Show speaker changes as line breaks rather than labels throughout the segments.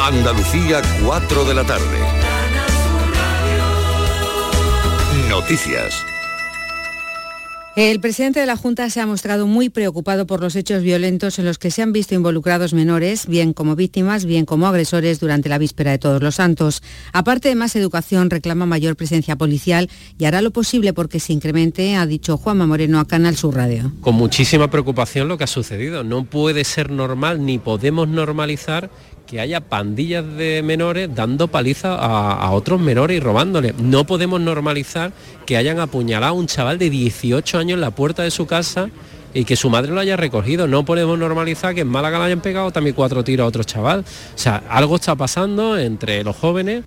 Andalucía, 4 de la tarde. Noticias.
El presidente de la Junta se ha mostrado muy preocupado por los hechos violentos en los que se han visto involucrados menores, bien como víctimas, bien como agresores, durante la víspera de Todos los Santos. Aparte de más educación, reclama mayor presencia policial y hará lo posible porque se incremente, ha dicho Juanma Moreno a Canal Sur Radio.
Con muchísima preocupación lo que ha sucedido. No puede ser normal ni podemos normalizar que haya pandillas de menores dando paliza a, a, otros menores y robándoles. No podemos normalizar que hayan apuñalado a un chaval de 18 años en la puerta de su casa y que su madre lo haya recogido. No podemos normalizar que en Málaga le hayan pegado también cuatro tiros a otro chaval. O sea, algo está pasando entre los jóvenes.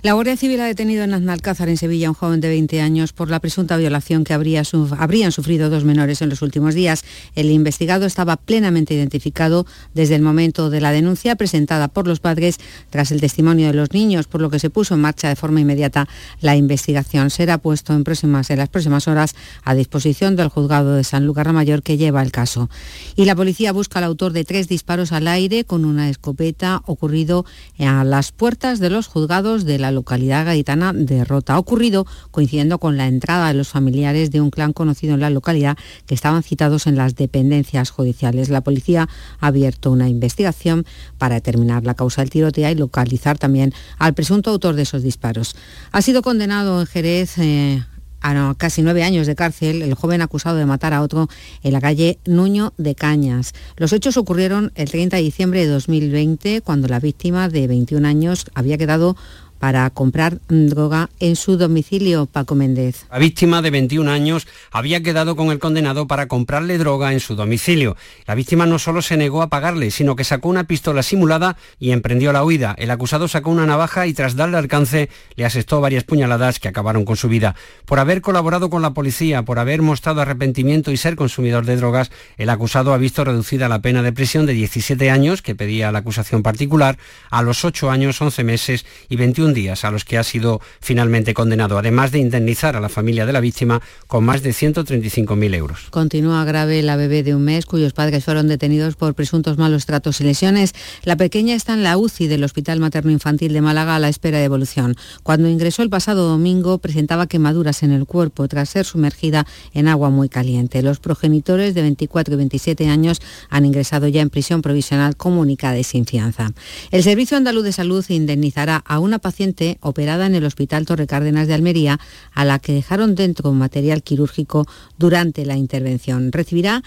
La Guardia Civil ha detenido en Aznalcázar, en Sevilla, a un joven de 20 años por la presunta violación que habría suf habrían sufrido dos menores en los últimos días. El investigado estaba plenamente identificado desde el momento de la denuncia presentada por los padres tras el testimonio de los niños, por lo que se puso en marcha de forma inmediata la investigación. Será puesto en, próximas, en las próximas horas a disposición del juzgado de San Lucar Mayor que lleva el caso. Y la policía busca al autor de tres disparos al aire con una escopeta ocurrido a las puertas de los juzgados de la localidad gaditana de Rota. Ha ocurrido coincidiendo con la entrada de los familiares de un clan conocido en la localidad que estaban citados en las dependencias judiciales. La policía ha abierto una investigación para determinar la causa del tiroteo y localizar también al presunto autor de esos disparos. Ha sido condenado en Jerez. Eh, a casi nueve años de cárcel el joven acusado de matar a otro en la calle Nuño de Cañas. Los hechos ocurrieron el 30 de diciembre de 2020, cuando la víctima de 21 años había quedado para comprar droga en su domicilio, Paco Méndez.
La víctima de 21 años había quedado con el condenado para comprarle droga en su domicilio. La víctima no solo se negó a pagarle, sino que sacó una pistola simulada y emprendió la huida. El acusado sacó una navaja y tras darle alcance le asestó varias puñaladas que acabaron con su vida. Por haber colaborado con la policía, por haber mostrado arrepentimiento y ser consumidor de drogas, el acusado ha visto reducida la pena de prisión de 17 años que pedía la acusación particular a los 8 años, 11 meses y 21 días a los que ha sido finalmente condenado, además de indemnizar a la familia de la víctima con más de 135.000 euros.
Continúa grave la bebé de un mes cuyos padres fueron detenidos por presuntos malos tratos y lesiones. La pequeña está en la UCI del Hospital Materno Infantil de Málaga a la espera de evolución. Cuando ingresó el pasado domingo presentaba quemaduras en el cuerpo tras ser sumergida en agua muy caliente. Los progenitores de 24 y 27 años han ingresado ya en prisión provisional comunicada y sin fianza. El Servicio Andaluz de Salud indemnizará a una paciente operada en el Hospital Torre Cárdenas de Almería, a la que dejaron dentro un material quirúrgico durante la intervención. Recibirá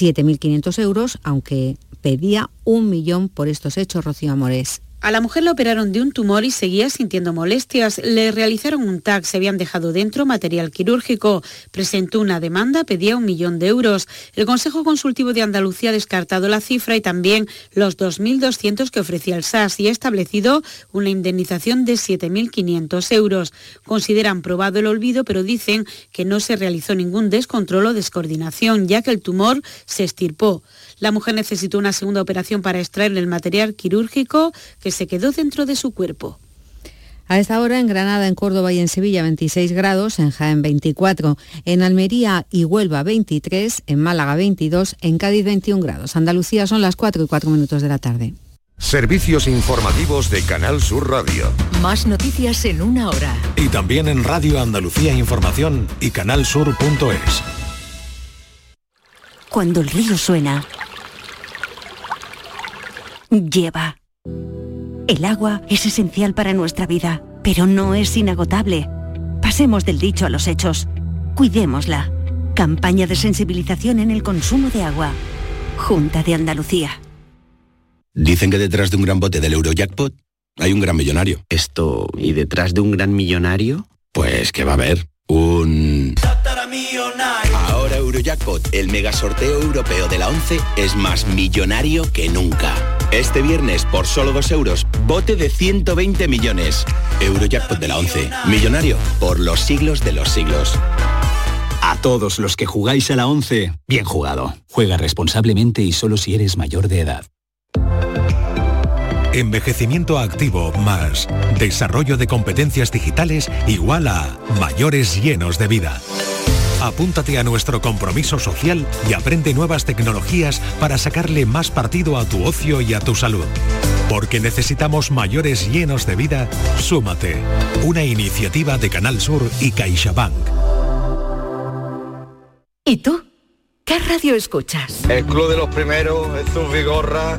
7.500 euros, aunque pedía un millón por estos hechos, Rocío Amores.
A la mujer la operaron de un tumor y seguía sintiendo molestias. Le realizaron un TAC, se habían dejado dentro material quirúrgico. Presentó una demanda, pedía un millón de euros. El Consejo Consultivo de Andalucía ha descartado la cifra y también los 2.200 que ofrecía el SAS y ha establecido una indemnización de 7.500 euros. Consideran probado el olvido, pero dicen que no se realizó ningún descontrol o descoordinación, ya que el tumor se estirpó. La mujer necesitó una segunda operación para extraer el material quirúrgico que se quedó dentro de su cuerpo.
A esta hora en Granada, en Córdoba y en Sevilla 26 grados, en Jaén 24, en Almería y Huelva 23, en Málaga 22, en Cádiz 21 grados. Andalucía son las 4 y 4 minutos de la tarde.
Servicios informativos de Canal Sur Radio.
Más noticias en una hora.
Y también en Radio Andalucía Información y canalsur.es.
Cuando el río suena, lleva. El agua es esencial para nuestra vida, pero no es inagotable. Pasemos del dicho a los hechos. Cuidémosla. Campaña de sensibilización en el consumo de agua. Junta de Andalucía.
Dicen que detrás de un gran bote del Eurojackpot hay un gran millonario.
Esto, ¿y detrás de un gran millonario?
Pues que va a haber un... Ahora Eurojackpot, el mega sorteo europeo de la 11, es más millonario que nunca. Este viernes, por solo 2 euros, bote de 120 millones. Eurojackpot de la 11. Millonario por los siglos de los siglos.
A todos los que jugáis a la 11, bien jugado. Juega responsablemente y solo si eres mayor de edad.
Envejecimiento activo más desarrollo de competencias digitales igual a mayores llenos de vida. Apúntate a nuestro compromiso social y aprende nuevas tecnologías para sacarle más partido a tu ocio y a tu salud.
Porque necesitamos mayores llenos de vida, súmate. Una iniciativa de Canal Sur y CaixaBank.
¿Y tú? ¿Qué radio escuchas?
El Club de los Primeros, Jesús Vigorra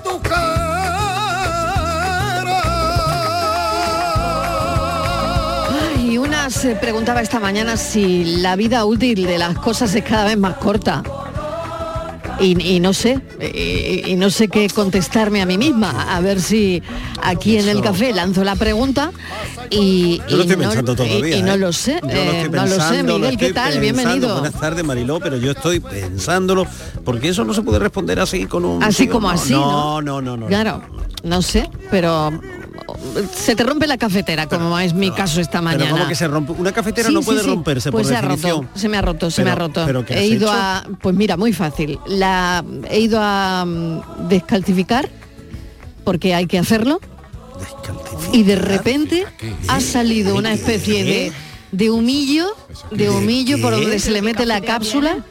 tu
Y una se preguntaba esta mañana si la vida útil de las cosas es cada vez más corta. Y, y no sé, y, y no sé qué contestarme a mí misma. A ver si aquí en el café lanzo la pregunta y,
Yo lo
y
estoy
no-
pensando todavía.
y- y no
¿eh?
lo sé,
Yo lo
eh,
estoy
no lo sé,
pensando, lo
Miguel, ¿qué
estoy
tal?
pensando.
Bienvenido.
Buenas tardes, Mariló, pero yo estoy pensándolo, porque eso no se puede responder así con un...
Así
sí o
como
no.
así,
No,
¿no?
no, no, no.
Claro, no sé, pero mm, se te rompe la cafetera, como es mi caso esta mañana.
Pero como que se rompe. Una cafetera no puede romperse
pues
por
se ha
definición.
roto, se me ha roto, se me ha
Pero-
roto.
pero ¿qué
he
has
ido
hecho?
a, pues mira, muy fácil. La he ido a mm, descalcificar porque hay que hacerlo. Y de repente ha salido una especie de, de humillo, de humillo por
qué?
donde se le mete la cápsula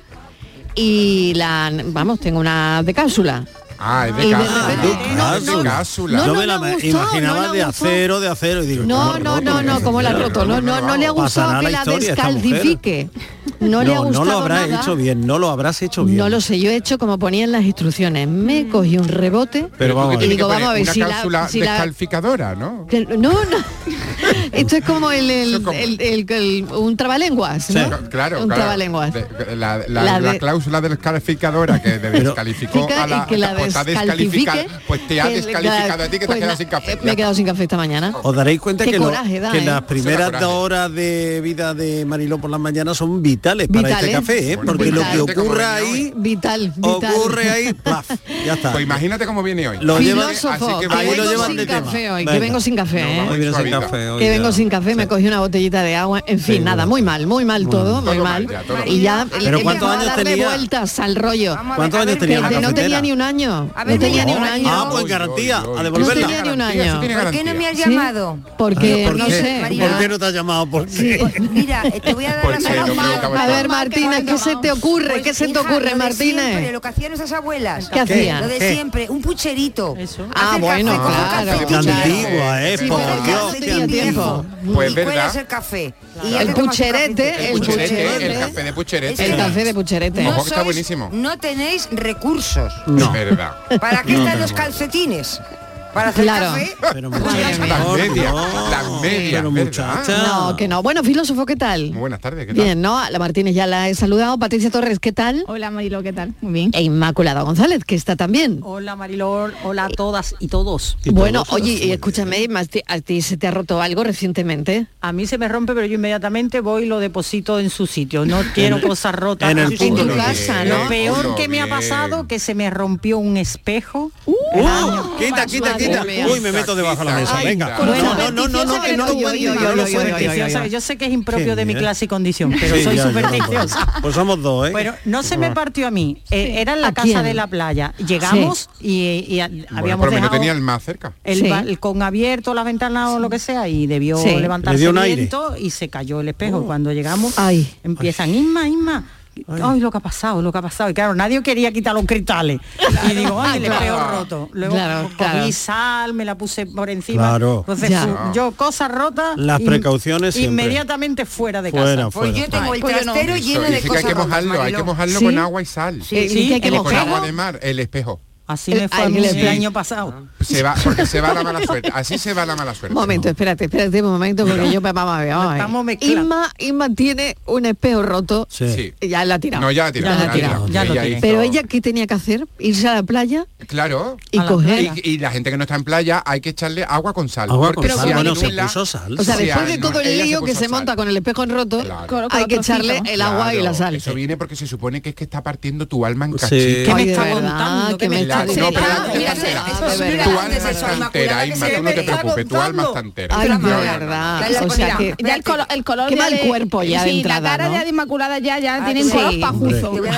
y la vamos, tengo una de cápsula.
Ah, es
Y
de
de
cápsula.
repente-
Ah, es de cápsula.
Yo me la imaginaba de acero, de acero y digo,
No, no, no, no, como la ha roto. No, no, no le ha gustado
Pasará
que
la
la
historia esta mujer.
descalcifique. No le ha
no
gustado
lo habrás
nada.
hecho bien, no lo habrás hecho bien.
No lo sé, yo he hecho como ponía en las instrucciones. Me cogí un rebote
Mm. Pero vamos a
y
ver.
digo, vamos a ver
una
si la,
cápsula
si la-
descalificadora, ¿no?
que- No, no. Esto es como el, el- el- el- el- un trabalenguas, ¿no?
Claro, claro.
Un trabalenguas.
De- la, la-
La
la
de-
cláusula descalificadora que de- descalificó
Fica
a la,
y que la
pues, está
descalifique,
descalificada. pues te ha
que la-
descalificado a ti que te
pues
has quedado
na-
sin café.
eh, Me he quedado sin café esta mañana.
Os daréis cuenta
Qué
que, lo-
coraje da,
que
¿eh?
las primeras
Eso da
dos horas de vida de Mariló por las mañanas son vitales, para este
Vitales.
café, ¿eh?
Bueno,
porque
vital.
lo que ocurra ahí
Vital, vital.
ocurre ahí, plaf, ya está.
Pues imagínate cómo viene hoy.
Lo llevan-
Filósofo,
así que
que
ahí lo
vengo
llevan
sin
de tema.
café hoy, que
Venga.
vengo sin café, ¿eh?
Hoy viene sin café, hoy
que
ya.
vengo sin café, me cogí una botellita de agua, en fin, nada, muy mal, muy mal todo, muy mal.
mal, ya, todo
y
mal.
ya
Pero
empezó
¿cuántos
a
años
darle
tenía?
vueltas al rollo.
¿Cuántos años tenía la
Que no tenía
cafetera?
ni un año. no tenía ni un año.
Ah, pues garantía, a
no
devolverla.
tenía ni un año.
has llamado?
Porque
¿Por
no
qué?
sé.
¿Por qué no te has llamado? ¿Por qué?
Mira, eh, te voy a dar la
A ver, Martínez, ¿qué se te ocurre? ¿Qué se te
Hija, lo
ocurre,
de siempre,
Martínez?
lo que hacían esas abuelas.
¿Qué hacían?
Lo de
¿Qué?
siempre, un pucherito. Eso.
Ah, bueno, claro.
Antigua, eh, por Dios, qué
tiempo.
antigua.
Pues
¿Cuál
verdad.
es el café?
Y El pucherete, el
Pucherete,
pucherete.
el café de pucherete.
El café de pucherete.
Ojo, que está buenísimo.
No tenéis recursos.
No. Es verdad.
¿Para qué
No
están los
tenemos.
calcetines? Para hacer
Claro.
café.
Pero
Las medias, las medias,
pero
¿verdad?
muchacha.
Ah, No, que no. Bueno, filósofo, ¿qué tal?
Muy buenas tardes, ¿qué tal?
Bien, ¿no? La Martínez ya la he saludado. Patricia Torres, ¿qué tal?
Hola Marilo, ¿qué tal? Muy bien.
E Inmaculada González, que está también.
Hola Marilor, hola a todas y todos.
Bueno, oye, y escúchame, Marti- a ti se te ha roto algo recientemente.
A mí se me rompe, Ah, pero yo inmediatamente voy y lo deposito en su sitio. No quiero cosas rotas.
en el
Sí, sí,
punto
sí.
En tu bien, casa, ¿no?
Lo peor
punto
que me ha pasado que se me rompió un espejo.
Quita, quita, quita. Uy, me meto debajo de la mesa.
Ay,
Venga.
con
No,
lo
no, no, no, no, que no lo
supersticiosa que
cuente,
yo-
no lo
yo- yo-
cuente.
supersticiosa, Yo sé que es impropio de mi
Genial.
clase y condición, pero
Sí,
soy
ya, ya,
supersticiosa.
Pues somos dos, ¿eh?
Bueno, no se me partió a mí. eh, era en la ¿A casa quién? de la playa. Llegamos y, y a- habíamos
pero me lo
dejado
tenía el más cerca.
el Sí. balcón abierto, la ventana o lo que sea y debió Sí.
Le
levantarse
dio
el
un aire. Oh.
viento y se cayó el espejo. Cuando llegamos, empiezan Inma, Inma. Ay. lo que ha pasado, lo que ha pasado. Y claro, nadie quería quitar los cristales. Y digo, ay, el
Claro.
espejo roto. Luego
Claro,
cogí
claro.
sal, me la puse por encima.
Claro.
Entonces,
Ya.
su- yo cosas rotas.
Las
in-
precauciones siempre.
Inmediatamente fuera de
Fuera,
casa.
fuera.
Pues el
pues
trastero lleno de
que hay que
cosas rotas,
mojarlo, hay que
Mariló.
mojarlo
Sí.
con agua y sal.
Sí, Sí, sí, que hay que
O con
mojarlo.
agua de mar, el espejo.
Así me fue a mí el año pasado.
Se va, porque se va la mala suerte. Así se va la mala suerte.
Momento, espérate, espérate un momento, porque yo me vamos a ver. vamos a ver. Inma, Inma tiene un espejo roto.
Sí.
Ya la ha tirado.
No, ya la ha tirado, ya la ha tirado.
Ya
Ya
lo
lo
ha tirado.
hizo.
Pero ella, ¿qué tenía que hacer? ¿Irse a la playa?
Claro.
Y A la coger. playa.
Y, y la gente que no está en playa hay que echarle agua con sal.
Agua
porque
con
si
sal. Bueno, se
anula-
puso sal.
O sea,
si
después de
anula-
todo el
ella
lío que
puso
se
sal.
monta con el espejo roto, hay que echarle el agua y la
Claro,
sal.
Eso viene porque se supone que es que está partiendo tu alma en
Sí.
cachitos.
¿Qué me Ay,
está contando? ¿Qué me está
Claro, no, pero
diciendo?
espera, espera.
Ah, de verdad, de
Tu
verdad.
alma está entera,
Inmaculada,
Inma,
que se
tú no
me
te
está
preocupes, tu alma está entera.
Ay, de
No, no, no.
verdad.
La- la-
Ah, O sea que
ya el, colo- el color
Qué
ya
mal
de-
cuerpo ya de
sí,
entrada,
la cara
¿no? Ah,
ya de inmaculada ya ya tienen
sí.
color pajuzo
Hombre.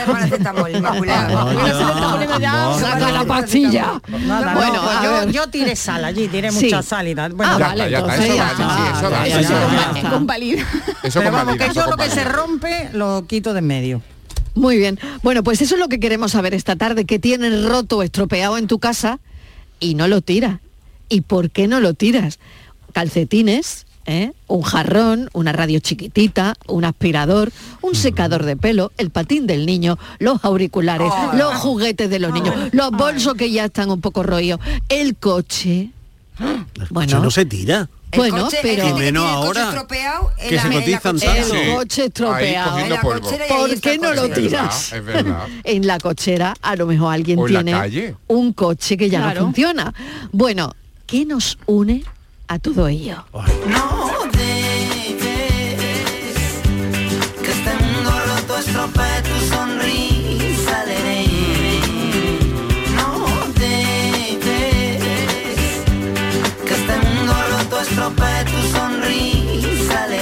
Ah, Saca la
pastilla.
Nada,
Bueno,
no, pues
a
yo,
ver.
yo tiré sal allí, tiré
Sí.
mucha sal y tal. Bueno,
Ah, Ya vale, está, ya está, entonces eso ya vale, está. sí, eso vale,
Ya
eso
está.
vale.
Ya está.
Eso
Pero
con
vamos,
valida,
que
eso
yo lo
con
que se
valida.
rompe lo quito de en medio.
Muy bien. Bueno, pues eso es lo que queremos saber esta tarde, que tienes roto o estropeado en tu casa y no lo tiras. ¿Y por qué no lo tiras? Calcetines, ¿eh? un jarrón, una radio chiquitita, un aspirador,
Mm.
un secador de pelo, el patín del niño, los auriculares,
Oh.
los juguetes
Ah,
de los niños, los bolsos que ya están un poco roídos, el coche.
Bueno. no se tira.
Bueno, pero
Y menos ahora. que se cotizan tanto.
El
Sí.
coche estropeado.
Ahí cogiendo En la polvo. cochera y ahí
¿Por
está
qué
el
no lo
coche. Es verdad,
tiras?
es verdad.
en la cochera a lo mejor alguien
O en la
tiene
calle.
un coche que ya
Claro.
no funciona. Bueno, ¿qué nos une a todo ello?
Que estando roto estropea tu sonrisa de No dejes que estando roto estropea tu sonrisa de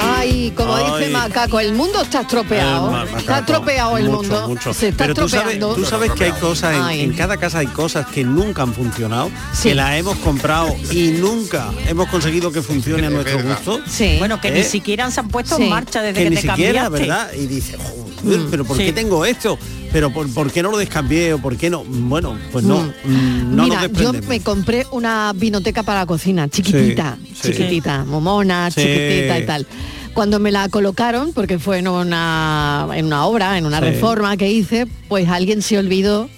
Ay, como dice
Ay.
Macaco, el mundo está estropeado.
Ay, ma- macaco.
está estropeado el
Mucho,
mundo.
mucho.
Se está
Pero tú sabes,
estropeando.
tú sabes que hay cosas, en,
Ay.
en cada casa hay cosas que nunca han funcionado, que las hemos comprado y nunca hemos conseguido que funcione a nuestro gusto.
Bueno, que ni
¿Eh?
siquiera se han puesto
Sí.
en marcha desde
que,
que,
ni
te
siquiera,
cambiaste.
¿verdad? Y dice, "Joder,
Mm.
pero ¿por qué tengo esto? Pero por, por qué no lo descambié? ¿O por qué no? Bueno, pues no, mm, no
Mira,
nos
yo
desprendemos.
me compré una vinoteca para la cocina, chiquitita,
sí.
chiquitita, momona,
Sí.
chiquitita y tal. Cuando me la colocaron, porque fue en una, en una obra, en una
Sí.
reforma que hice, pues alguien se olvidó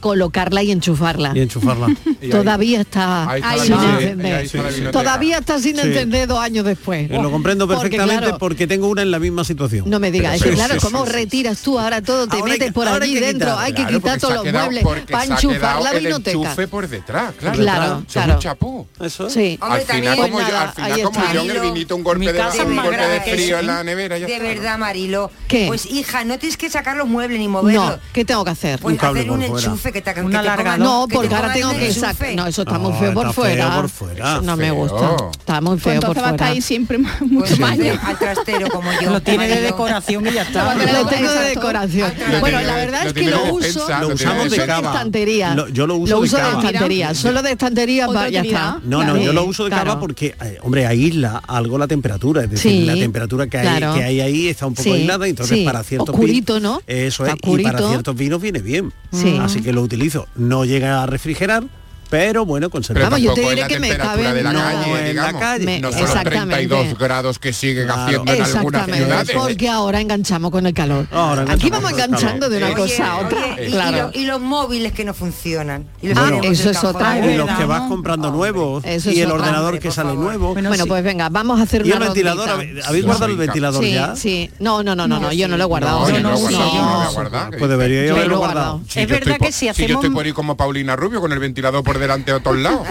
colocarla y enchufarla.
Y enchufarla.
Y ahí- Todavía Ah, está,
Ahí está la
sin
vinoteca, ahí
encender.
está la vinoteca.
Todavía está sin
Sí.
encender dos años después.
Eh, Lo comprendo
Porque,
perfectamente porque,
claro,
tengo una en la misma situación.
no me digas, es que
Pero-
claro,
sí, sí,
¿cómo
sí.
retiras tú ahora todo? Te
Ahora hay
metes
que-
por
ahora hay
allí
que
dentro,
quitar.
hay que
Claro,
quitar
porque
todos
se ha
los
quedado-
muebles
porque
para
se ha quedado
enchufar la
el
vinoteca.
enchufe por detrás, claro.
Claro,
Eso es
claro.
un chapú.
Eso
Sí.
Al final,
también,
como, yo,
nada,
al final
ahí
como
está.
yo en el vinito, un golpe
Mi
de,
casa es
un
más
golpe de
grave que
frío
eso.
en la nevera. ya
De
está.
verdad, Marilo.
¿Qué?
Pues hija, no tienes que sacar los muebles ni moverlos.
No, ¿qué tengo que hacer?
Pues hacer un enchufe que te que te pongan-
No,
que te
porque ahora
pongan
tengo
un
que
enchufe.
sacar. No, eso está muy
No,
feo por
está feo
fuera.
por fuera,
Eso no me
feo.
gusta. Está muy feo por
Entonces va a
fuera.
estar ahí siempre mucho
Pues sí.
más.
Al trastero como yo.
Lo tiene de
Marilo.
decoración y ya está.
Lo tengo de decoración.
Lo
Bueno,
tiene-
la verdad
lo
es que
tiene
lo
de
uso,
defensa, lo usamos
uso
de cava.
estantería.
Lo- yo lo uso de
de,
cava.
estantería. Solo de estantería
Otra
va- ya
utilidad.
está.
No, no,
Claro.
yo lo uso de
Claro.
cava porque, eh, hombre, aísla algo la temperatura, es decir,
Sí,
la temperatura que hay,
claro.
que hay ahí está un poco
Sí,
aislada, y entonces
sí.
para ciertos
Oscurito, ¿no?
Eso
Está
es, y para
oscurito.
ciertos vinos viene bien. Mm.
Sí.
Así que lo utilizo. No llega a refrigerar, pero bueno,
Pero
conservamos.
tampoco en la temperatura de la
No,
calle,
en la
digamos.
calle.
no son los 32 grados que siguen haciendo en algunas ciudades.
Exactamente, porque ahora enganchamos con el calor. Aquí vamos enganchando de una cosa a otra.
Oye, y- y
claro.
lo- y, los móviles que no funcionan. Y los
Ah,
tenemos
eso es
estafados.
otra.
Y los que vas comprando nuevos
Eso
y
es
el
otra.
ordenador que sale nuevo.
Bueno, pues venga, vamos a hacer
Y
una
el ventilador,
rondita.
¿habe- habéis guardado el ventilador
sí,
ya?
Sí, no, no, no, no, no, yo no lo he guardado.
No, yo no lo he
Sí.
guardado, yo no lo he guardado.
Pues debería yo haberlo guardado.
Si yo estoy po- Si yo estoy por ir como Paulina Rubio con el ventilador por delante a todos lados.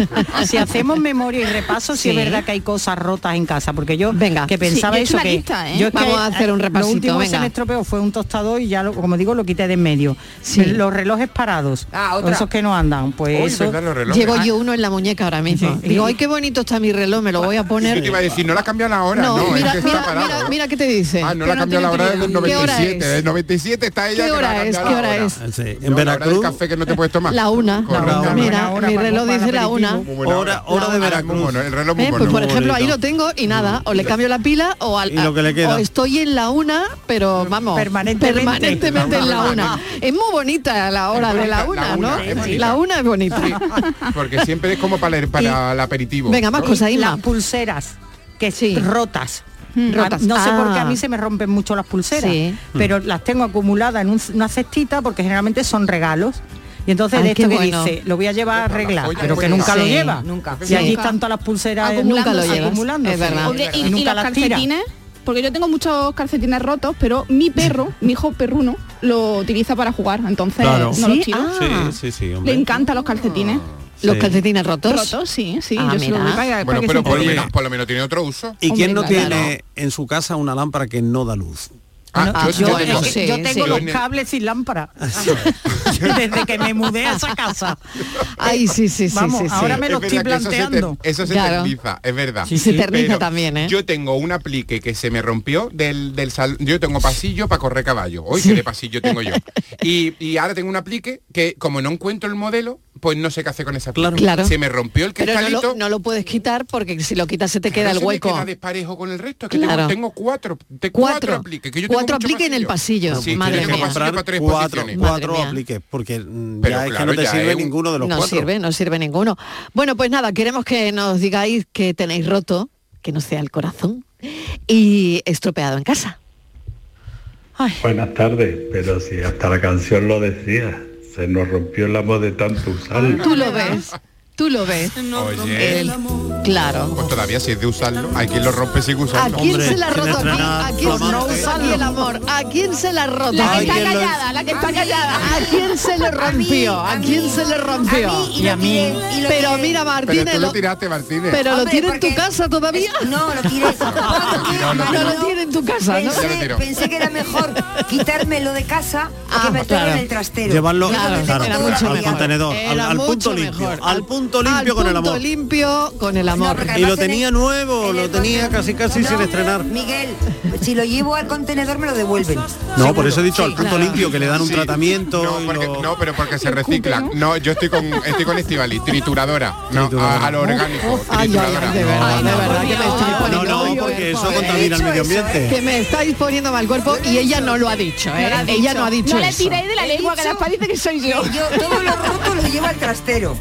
si hacemos memoria y repaso, si
Sí.
es verdad que hay cosas rotas en casa, porque yo que pensaba
yo he hecho
eso
una
que
lista, ¿eh?
yo es que,
Vamos a hacer un
eh,
repasito,
Lo último que se
venga.
me estropeó fue un tostador y ya, lo- como digo, lo quité de en medio. Los relojes parados,
otra.
esos que no andan, pues
Uy,
eso. Ah.
¿verdad, los relojes?
Llevo yo uno en la muñeca ahora mismo. Digo, ay, qué bonito está mi reloj, me lo voy a
Yo
poner.
te iba a decir, no la cambian la hora,
No,
no,
mira,
es que
mira,
está parado.
mira, mira qué te dice.
Ah, no la cambió la hora desde el
¿Qué hora
97.
es?
Desde el 97 está ella.
¿Qué
que no ha
hora es?
cambiado
¿Qué
la
hora es?
Sí, en
No, la hora del
Veracruz,
café que no te puedes tomar.
La una. Mira, mi reloj dice la una.
Hora, hora de Veracruz. el reloj muy
Eh,
bueno.
pues por ejemplo ahí lo tengo y nada, o le cambio la pila o al
Y lo que le queda.
o estoy en la una, pero vamos,
Permanentemente.
permanentemente en la una. Es muy bonita la hora de la
bonita, la
una,
una,
¿no?
es bonita.
La una es bonita.
Porque siempre es como para el, para el aperitivo. ¿no?
Las pulseras, que rotas.
Mm.
A-
Rotas.
No sé por qué a
Ah.
mí se me rompen mucho las pulseras,
Sí.
pero las tengo acumuladas en un- una cestita porque generalmente son regalos. Y entonces
Ay,
de esto
qué
que
bueno.
dice, lo voy a llevar a arreglar,
joya
pero
es
que
buena.
nunca lo
Sí,
lleva.
nunca.
Y
Sí. Ah,
allí están todas las pulseras
Nunca
eh,
lo
acumulándose,
llevas.
acumulándose.
Es verdad.
Hombre, y,
Y
y
nunca
los
las tira.
calcetines, porque yo tengo muchos calcetines rotos, pero mi perro, mi hijo perruno, lo utiliza para jugar, entonces
Claro.
no los tiro.
Ah.
ah.
Sí, sí, sí,
Le
hombre.
encantan los calcetines.
¿Los Sí.
calcetines rotos?
Rotos, sí, sí.
Ah,
yo se los
mira.
doy para- para
Bueno,
que
pero
se-
por lo,
Oye.
menos, por lo menos tiene otro uso.
¿Y quién no
Hombre,
tiene
claro.
en su casa una lámpara que no da luz?
Ah,
Ah, yo, es que yo
sí,
tengo
sí.
los
Yo ni-
cables sin lámpara desde que me mudé a esa casa.
Ay, sí, sí, sí,
Vamos,
sí, sí.
ahora me lo
Es
estoy
verdad que
planteando.
Eso se, ter- eso se
Claro.
eterniza, es verdad.
Sí, sí. Se eterniza
Pero
también, ¿eh?
Yo tengo un aplique que se me rompió del, del sal- Yo tengo pasillo para correr caballo. Hoy qué de pasillo tengo yo. Y, y ahora tengo un aplique que como no encuentro el modelo, pues no sé qué hacer con esa aplique.
Claro.
Se me rompió el
Pero no
cristalito.
lo, no lo puedes quitar porque si lo quitas se te
Pero
queda el
se me
hueco.
queda desparejo con el resto. Es que
Claro.
tengo, tengo cuatro, te-
Cuatro.
cuatro, apliques. Que yo tengo
Cuatro
mucho
apliques en el pasillo,
Pues
Sí, que yo
madre
tengo
mía.
pasillo para tres
cuatro,
posiciones.
cuatro
Madre mía.
apliques, porque mm,
Pero
ya es que
claro,
no te
ya
sirve
es un-
ninguno de los
no
cuatro.
sirve, no sirve ninguno. Bueno, pues nada, queremos que nos digáis que tenéis roto, que no sea el corazón, y estropeado en casa.
Buenas tardes, pero si hasta la canción lo decía, se nos rompió el amor de tanto usarlo.
Tú lo ves, tú lo ves.
Oye.
El- claro.
Pues todavía si es de usarlo, hay quien lo rompe sin usarlo.
¿A quién se la ha roto aquí? ¿A quién se
amante.
la aquí el amor? ¿A quién se la ha roto?
La que está Ay, que lo-
callada, la que está callada. ¿A quién se le rompió? ¿A quién se le rompió?
y lo tiré, y lo
Pero
tiré.
mira,
Pero
Martínez,
tú lo
lo-
tiraste, Martínez.
pero lo tiene en tu casa todavía.
No, lo tiré.
No, no,
No
no.
lo tiene en tu casa, ¿no?
Ya lo tiró.
Pensé,
pensé
que era mejor quitármelo de casa
Ah,
que meterlo
claro.
en el trastero.
Llevarlo
Yo lo
claro,
meto
claro,
todo el
al
día.
contenedor, al,
Era
al
mucho
punto limpio,
mejor.
al punto limpio con el amor.
Punto limpio con el amor.
y lo tenía nuevo, lo tenía casi casi sin estrenar.
Miguel, si lo llevo al contenedor me lo devuelven.
No, por eso he dicho al
Sí,
punto
claro.
limpio que le dan un
Sí.
tratamiento.
No,
y
porque-
lo-
no, pero porque se recicla. No, yo estoy con estoy con Estivali, trituradora, no, a, a lo orgánico, trituradora.
No, no, porque eso contamina el medio ambiente.
Que me estáis poniendo mal cuerpo y ella no lo ha dicho, ¿eh? Ella no ha dicho
No le
eso.
tiréis de la
He
lengua, que
dicho
después dice que soy yo.
Yo todo lo roto lo llevo al trastero.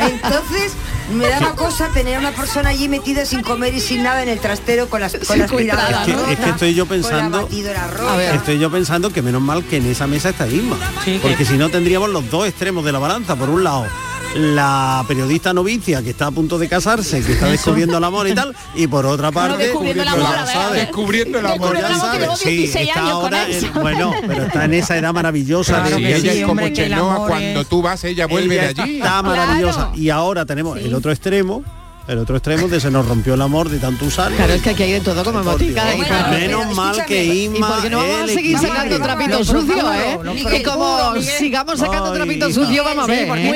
Entonces me daba cosa tener a una persona allí metida sin comer y sin nada en el trastero con las con
Sí,
las
cuidado.
miradas
Es que- es que estoy yo
rotas, con la
pensando-
batidora
A ver,
rota.
Estoy yo pensando que menos mal que en esa mesa está Isma. porque si no tendríamos los dos extremos de la balanza. Por un lado, la periodista novicia que está a punto de casarse, que está descubriendo el amor y tal. Y por otra parte, pues,
descubriendo el amor,
ya
a ver,
sabes.
descubriendo el amor. Descubriendo el
Ya
amor, que
sabes.
llevo
Sí,
16
está
años con
ahora
eso.
en- bueno, pero está en esa edad maravillosa
Claro
de
que ella
sí,
es como
hombre, que el
Chenoa,
amor
cuando
es-
tú vas, ella vuelve
Ella
de allí.
Está maravillosa. Y ahora tenemos el otro extremo. El otro extremo de se nos rompió el amor de tanto usarlo.
Claro, es que aquí hay de todo como emotica. y todo.
Menos mal que
Y
Inma.
porque no vamos a seguir sacando trapitos sucios, ¿eh? Que como sigamos sacando trapitos sucios, vamos a ver. ¿eh?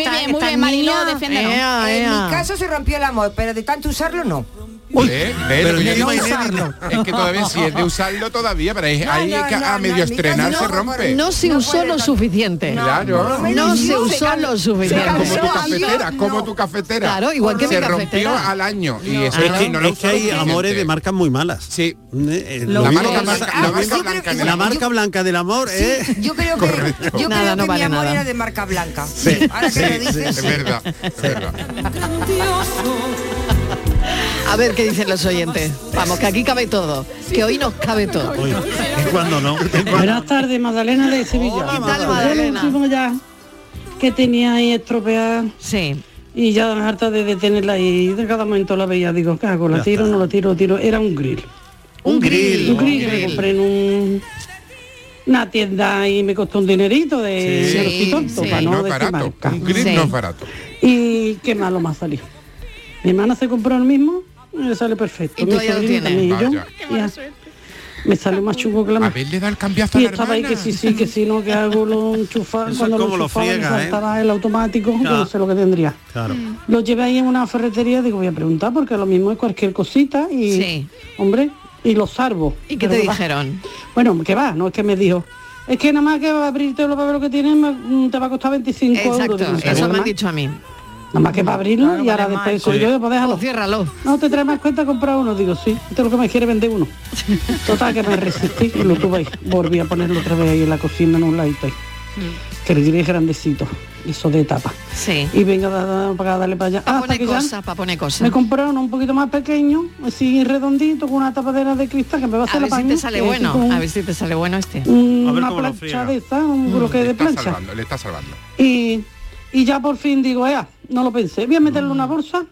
En mi caso se rompió el amor, pero de tanto usarlo no.
¿Eh? ¿Ves lo
Pero
que
yo
yo
iba
digo?
inédito.
Es que todavía sí, es de usarlo todavía, pero es,
No,
ahí
no,
es que
no,
a
no,
ah, medio
en mi
estrenar
caso
se
no,
rompe.
No se usó lo suficiente.
No, Claro. no,
No se
no, se
usó
cal-
lo
Como
suficiente.
tu cafetera, como tu cafetera.
Claro, igual que mi
Se rompió
cafetera.
al año. Y eso
es que,
no lo
es que hay
usaron
amores
suficiente.
de marcas muy malas. Eh,
Sí.
lo
La
mismo-
marca blanca- la
lo
marca
mismo-
blanca
la
del amor.
marca blanca del amor
Sí,
es
Yo creo que,
¿eh? Correcto.
yo
Nada,
creo
no
que
vale
mi amor
nada.
era de marca blanca.
Sí.
Ahora que lo dices.
es verdad.
A ver qué dicen los oyentes. Vamos, que aquí cabe todo. Que hoy nos cabe todo.
cuando no.
Buenas tardes, Magdalena de Sevilla.
¿Qué tal,
Yo
Magdalena?
lo último ya que tenía ahí estropeada.
Sí.
Y ya harta de detenerla y de cada momento la veía, digo, ¿qué hago? ¿La
Ya
tiro no la tiro? tiro? Era un grill.
Un grill.
Un grill que me compré en un- una tienda y me costó un dinerito de
Sí,
de tonto,
sí.
para
No
no
es
decir
barato,
marca.
un grill no es barato.
Y qué malo me ha salido. Mi hermana se compró el mismo y le sale perfecto.
Y
Mi
todavía lo
sobrino
tiene.
también, y yo,
Vaya.
y ya. me salió más chungo que la
A ver, le da el cambiazo a
y
la
estaba ahí que
hermana.
sí, sí, que sí, no, que hago lo enchufaba.
Eso es
Cuando lo
como lo
enchufaba me
friega, ¿eh?
saltaba el automático, que
Claro.
no sé lo que tendría.
Claro.
Lo llevé ahí en una ferretería, digo, voy a preguntar, porque lo mismo es cualquier cosita y, hombre, y lo salvo.
¿Y qué
Pero
te
va.
dijeron?
Bueno, que va, no es que me dijo. Es que nada más que abrirte lo para ver lo que tienes me- mm, te va a costar 25 euros.
Exacto,
Digo,
eso
nada
me han
más-
dicho a mí.
Nada más que para abrirlo
Claro,
y ahora
vale más,
después soy
sí.
yo, después déjalo.
Ciérralo.
No, te trae más cuenta comprar uno. Digo, sí, esto es lo que me quiere vender uno. Total, que me resistí y lo tuve ahí. Volví a ponerlo otra vez ahí en la cocina en un ladito ahí. Que el gris es grandecito, eso de tapa.
Sí.
Y venga da- da- para darle para allá. Ah,
Para
Hasta
poner
que ya
cosas, para poner cosas.
me compré uno un poquito más pequeño, así redondito, con una tapadera de cristal que me va a
A
hacer
ver
la
si
paña,
te sale
que es
bueno.
como
A ver si te sale bueno este.
un- Una plancha de esta, un bloque de
Está
plancha.
salvando, Mm, le está salvando.
Y, y ya por fin digo, ea, no lo pensé, voy a meterle
Mm.
una bolsa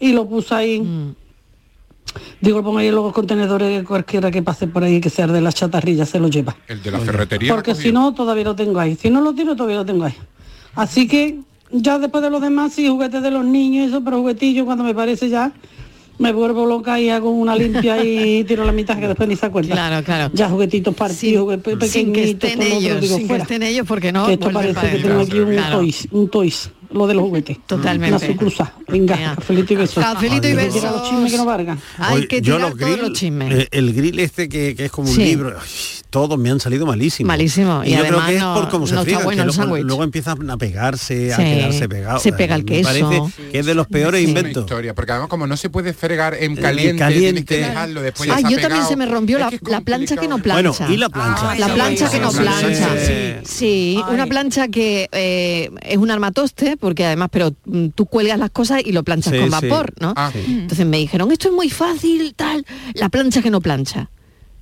y lo puse ahí. Digo, lo pongo ahí en los contenedores que cualquiera que pase por ahí, que sea de la chatarrilla, se lo lleva.
El de la ferretería.
Porque si no, todavía lo tengo ahí. Si no lo tiro, todavía lo tengo ahí. Así que ya después de los demás, sí, juguetes de los niños, y eso, pero juguetillos cuando me parece ya, me vuelvo loca y hago una limpia y tiro la mitad que después ni se cuenta. Claro,
claro.
Ya juguetitos partidos, juguetes pequeñitos,
Sin que estén
todo lo otro,
ellos,
digo,
sin que
fuera.
estén ellos, porque no pues
Que esto
vuelven
parece
para
que
el
tengo
caso.
aquí un
Claro.
toys, un toys, lo de los juguetes.
Totalmente.
Una sucusa. Venga, cafelito y besos.
Cafelito y
Que quiera
besos.
los chismes que no valgan.
Oye, yo los grill, eh, el grill este que, que es como un
Sí.
libro, ay, todos me han salido malísimos.
Malísimo, y
yo
además
creo que
no-
es por cómo se
no está
friegan,
bueno
que
el
luego-
sándwich.
Luego empiezan a pegarse, a
Sí.
quedarse pegados.
Se pega el
eh, Me
queso.
Parece que es de los peores
Sí.
inventos.
Una historia, porque además como no se puede fregar en
En
caliente, tienes
caliente.
que dejarlo después ya
Ay,
se ha
yo también
pegado.
se me rompió la, la plancha que no
Bueno,
plancha.
y la plancha.
La plancha que no
Sí, sí, sí.
plancha.
Sí.
Sí, una plancha que eh, es un armatoste, porque además, pero mm, tú cuelgas las cosas y lo planchas
Sí,
con
sí.
vapor, ¿no?
Ah. Sí.
Mm. Entonces me dijeron, esto es muy fácil, tal, la plancha que no plancha.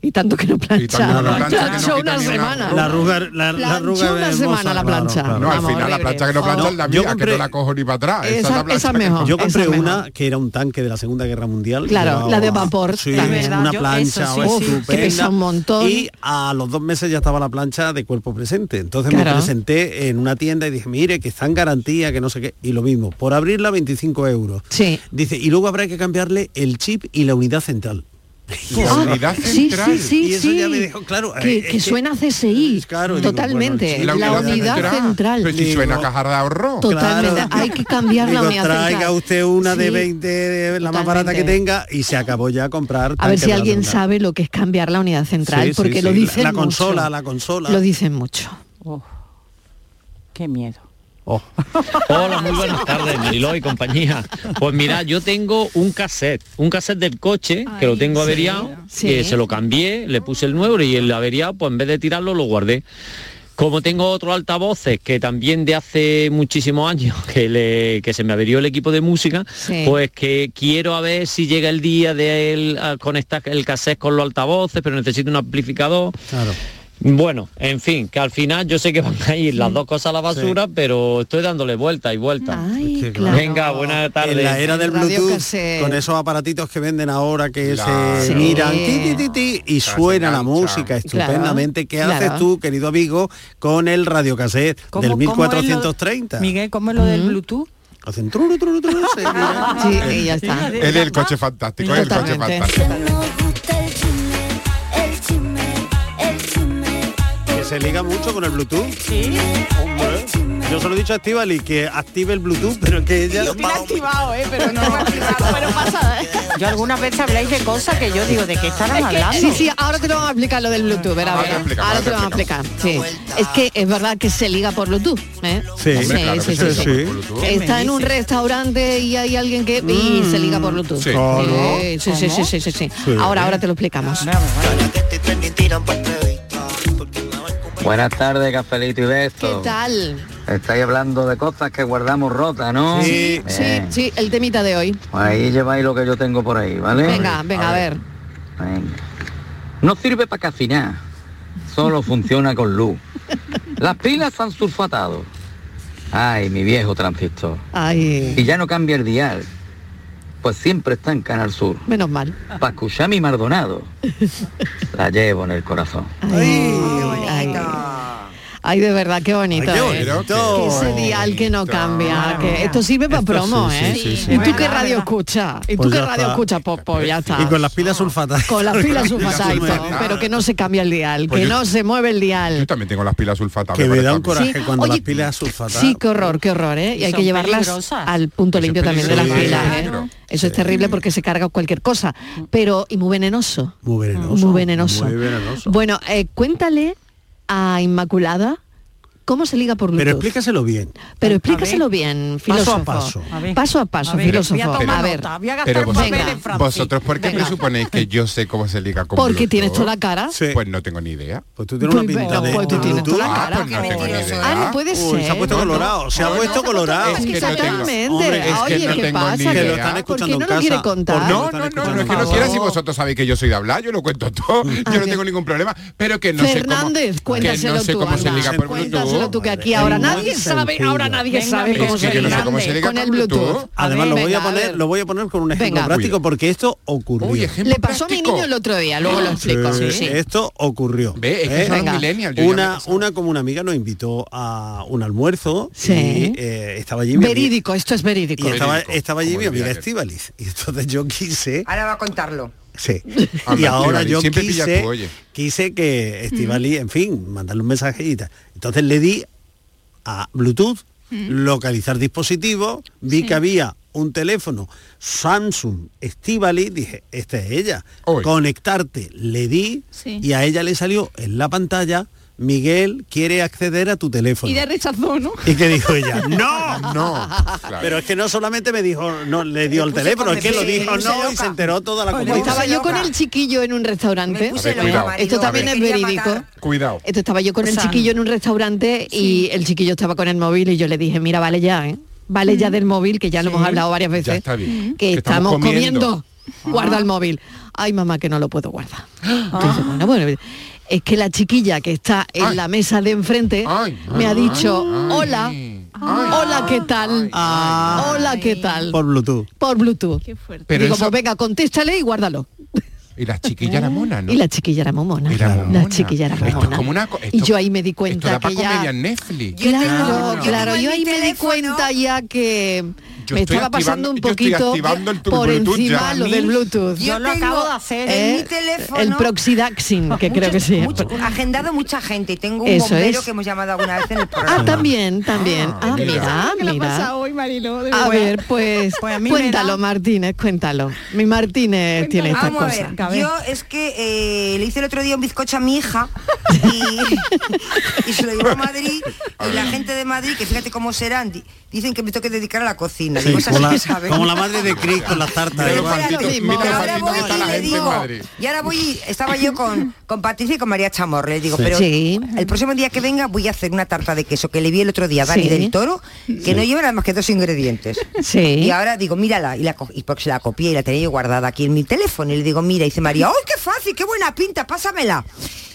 Y tanto que no plancha. Plancha una semana.
La arruga, la, la
Plancha
arruga
una
hermosa.
semana la plancha.
No, al final la plancha que no plancha es la mía,
Yo
que
compré-
no la cojo ni para atrás. Esa, es la plancha que no-
Yo compré una que era un tanque de la Segunda Guerra Mundial.
Claro,
Llevaba-
la de vapor.
Sí,
la verdad,
una
yo-
plancha
eso sí,
oh,
sí, que
estupenda.
pesa un montón.
Y a los dos meses ya estaba la plancha de cuerpo presente. Entonces me
Claro.
presenté en una tienda y dije, mire, que está en garantía, que no sé qué. Y lo mismo, por abrirla 25 euros.
Sí.
Dice, y luego habrá que cambiarle el chip y la unidad central.
Ah, sí, sí, sí,
y eso ya
sí.
me dejó claro.
que,
eh, es
que suena CSI, totalmente.
bueno, sí,
la, unidad central.
Pero si suena cajar de ahorro.
Totalmente, hay que cambiar la unidad
Traiga
central.
usted una de
Sí.
20, de la más barata que
Totalmente.
tenga y se acabó ya a comprar.
A ver
tanque
si
de la
alguien
central.
sabe lo que es cambiar la unidad central,
Sí, sí,
porque
sí,
lo
la-
dicen
la
mucho.
consola, la consola.
Lo dicen mucho.
Qué miedo.
Hola, muy buenas tardes, Mariló y compañía. Pues mira, yo tengo un cassette, un cassette del coche, que lo tengo
sí,
averiado,
sí.
que se lo cambié, le puse el nuevo y el averiado, pues en vez de tirarlo, lo guardé. Como tengo otros altavoces que también de hace muchísimos años que, le- que se me averió el equipo de música,
Sí.
pues que quiero a ver si llega el día de él, ah, conectar el cassette con los altavoces, pero necesito un amplificador. Bueno, en fin, que al final yo sé que van a ir las dos cosas a la basura, pero estoy dándole vuelta y vuelta.
claro.
Venga, buenas tardes.
En la era del
Radio
Bluetooth,
cassette.
con esos aparatitos que venden ahora que
Claro.
se
Sí.
miran ti, ti, ti, ti, y
Se
suena la
engancha.
música estupendamente. ¿Qué
claro.
haces tú, querido amigo, con el radiocassette
¿Cómo-
del
cómo es lo-
1430?
Miguel, ¿cómo es lo del Bluetooth?
Hacen tru, tru, tru, tru, se miran.
Sí, y ya está.
Es el coche fantástico, es el coche
Totalmente.
fantástico.
Que se liga mucho con el Bluetooth. Hombre. Yo se lo he dicho a Estivali que active el Bluetooth, pero es que ella...
activado, ¿eh? Pero no, pero pasa.
Yo algunas veces habláis de cosas que yo digo, ¿de qué estarán
Es que-
hablando?
Sí, sí, ahora te lo vamos a explicar lo del Bluetooth, verá,
Ahora
verá.
te explicamos,
Ahora te lo
ahora
vamos a
te
explicar. Sí. Es que es verdad que se liga por Bluetooth, ¿eh?
Sí, Hombre, claro que se liga por Bluetooth. ¿Qué me
Está en un
dices?
restaurante y hay alguien que y se liga por Bluetooth.
Mm. Sí. Claro.
Eh, sí, sí, sí, sí, sí, sí. Ahora, ahora te lo explicamos.
Buenas tardes, Cafelito y
¿Qué
Beso.
tal?
Estáis hablando de cosas que guardamos rotas, ¿no?
Sí, sí,
Bien.
sí, el temita de hoy.
Ahí lleváis lo que yo tengo por ahí, ¿vale?
Venga, venga, a ver.
Venga. No sirve para cocinar, solo funciona con luz. Las pilas han sulfatado. Ay, mi viejo transistor.
Ay,
Y ya no cambia el dial. Pues siempre está en Canal Sur.
menos mal.
Para escuchar mi Maldonado. La llevo en el corazón.
Ay, Ay, de verdad, qué bonito.
Ay, qué
¿eh?
bonito.
Que ese dial que no cambia. que esto sirve para
Esto sí,
promo,
sí,
¿eh?
sí, sí.
¿Y tú
Verdad,
qué
verdad.
radio escuchas? ¿Y tú
Pues
qué
ya
radio
está.
escuchas? Pues, pues ya está.
Y con las pilas sulfatadas.
Con las pilas sulfatadas y todo,
sulfatadas.
pues, pero que no se cambia el dial,
Pues
que
yo-
no se mueve el dial.
Yo también tengo las pilas sulfatadas.
Que me da un
coraje Sí. cuando Oye, las
pilas sulfatadas.
Sí, qué horror, qué horror, ¿eh? Y hay
son
que llevarlas
peligrosas.
al punto limpio también de las
peligrosas.
pilas, ¿eh?
Claro.
Eso es terrible porque se carga cualquier cosa,
Mm.
pero y muy venenoso.
Muy venenoso.
Muy venenoso.
Muy venenoso.
Bueno, eh, cuéntale a Inmaculada cómo se liga por Bluetooth.
Pero explícaselo bien.
Pero explícaselo bien, filósofo.
Paso a paso.
A ver. Paso a paso, filósofo. A ver,
Pero vosotros,
Venga.
vosotros, ¿por qué presuponéis que yo sé cómo se liga con
Porque
Bluetooth?
tienes tú la cara.
Pues no tengo ni idea.
Pues tú
tienes una Pues pinta ve- de- pues tú tienes tú la
Ah,
cara.
pues no tengo ni idea.
Ah, no puede
Uy,
ser.
se ha puesto
No, no.
colorado, se ha
No, no,
puesto
se puesto
colorado.
Es que
no tengo-
exactamente.
Hombre, es que
Oye,
no
¿qué
tengo
pasa?
ni
¿Qué-
idea. Que lo están
¿Por qué
escuchando
no
en
lo
casa. Pues
quiere contar?
Por-
No, no, no, no, es que no quiera si vosotros sabéis que yo soy de hablar, yo lo cuento todo, yo no tengo ningún problema, pero que no
Fernández,
sé cómo,
cuéntaselo
que no sé
tú,
cómo se
anda.
liga por
Cuéntaselo
Bluetooth.
tú que aquí ahora
Muy
nadie sabe,
sencillo.
ahora nadie
Venga,
sabe
hombre.
cómo
Es
se
que yo no sé
liga
cómo se liga
con
con
el Bluetooth.
Bluetooth. Además, lo voy a
Venga,
poner-
ver.
lo voy a poner con un ejemplo
Venga.
práctico porque esto ocurrió.
Le pasó a mi niño el otro día, luego lo explico.
Sí,
Sí, sí.
Esto ocurrió. ¿eh?
Ve, es que son Venga. millennials, yo ya me he
Una,
pasado.
una como una amiga nos invitó a un almuerzo
Sí.
y eh, estaba allí mi ami-
Verídico, esto es
y
verídico.
estaba, estaba allí
como
mi
el
amiga
Viagra.
Estivaliz. Y entonces yo quise.
Ahora va a contarlo.
Sí. y
Hombre,
ahora
Estíbaliz,
yo
siempre pillas
quise,
tú, oye.
quise que Estivali, en fin, mandarle un mensaje y tal. Entonces le di a Bluetooth, localizar dispositivo, vi que había un teléfono Samsung Estivali, dije, esta es ella. Conectarte, le di
Sí.
y a ella le salió en la pantalla, Miguel quiere acceder a tu
Pues
teléfono.
Y ya rechazó, ¿no?
¿Y qué dijo ella? ¡No! ¡No! Pero es que no solamente me dijo, no, le dio el teléfono, es que lo
contento,
dijo
me puse
no y se enteró toda la comunidad.
Estaba yo con el chiquillo en un restaurante.
puse A ver, loca, cuidado. marido,
Esto también
me
es
quería
verídico.
Cuidado.
Esto estaba yo con
O
el
sea,
chiquillo en un restaurante y el chiquillo estaba con el móvil y yo le dije, mira, vale ya, ¿eh? Vale
Mm.
ya del móvil, que ya lo hemos hablado varias veces.
está bien.
Que,
Que estamos
estamos comiendo.
comiendo.
Ah.
Guarda el móvil. Ay, mamá, que no lo puedo guardar. Entonces, bueno, bueno, es que la chiquilla que está en la mesa de enfrente me ha dicho, hola, hola, ¿qué tal? hola, ¿qué tal?
Por Bluetooth.
Por Bluetooth.
Pero
Digo,
eso-
pues venga, contéstale y guárdalo.
Y las chiquillas eran monas, ¿no?
Y la chiquilla era momona. La chiquilla era
Esto es
momona.
como una... co-
Y
Esto,
yo ahí me di
esto
cuenta
da para
que
comedia
ya...
en Netflix.
Claro,
No.
claro, yo ahí me di cuenta ya que
Yo
me
estoy
estaba pasando
activando-
un
yo estoy
poquito
activando el tu
por
Bluetooth
encima
ya.
lo del Bluetooth.
Yo lo
tengo
acabo de hacer.
¿Eh?
mi teléfono-
El Proxidaxin, que creo que sí.
Agendado mucha gente. Tengo un
Eso
bombero
es.
que hemos llamado alguna vez en el programa.
Ah, también, también. Ah, mira,
¿Qué le ha
mira.
pasado hoy, Marilo? De
A
verdad.
ver, pues cuéntalo, Martínez, cuéntalo. Mi Martínez tiene esta
Vamos a ver,
cosa.
Yo es que eh, le hice el otro día un bizcocho a mi hija y, y se lo llevó a Madrid y la gente de Madrid, que fíjate cómo serán, di- dicen que me tengo que dedicar a la cocina.
Sí,
Digo, esas
como, la,
sí saben.
como la madre de Cristo con las tartas.
Mira lo
igual.
maldito- mira lo
Ahora
maldito que
voy y le
está la gente en
digo,
Madrid.
y ahora voy, y- estaba yo con, con Patricia y con María Chamorro, le digo,
Sí.
pero
Sí.
el próximo día que venga voy a hacer una tarta de queso que le vi el otro día a Dani
Sí.
del Toro, que no lleva nada más que dos ingredientes. Y ahora digo, mírala, y, la co- y porque se la copié y la tenía yo guardada aquí en mi teléfono, y le digo, mira, y dice María, ¡ay, qué fácil, qué buena pinta, pásamela!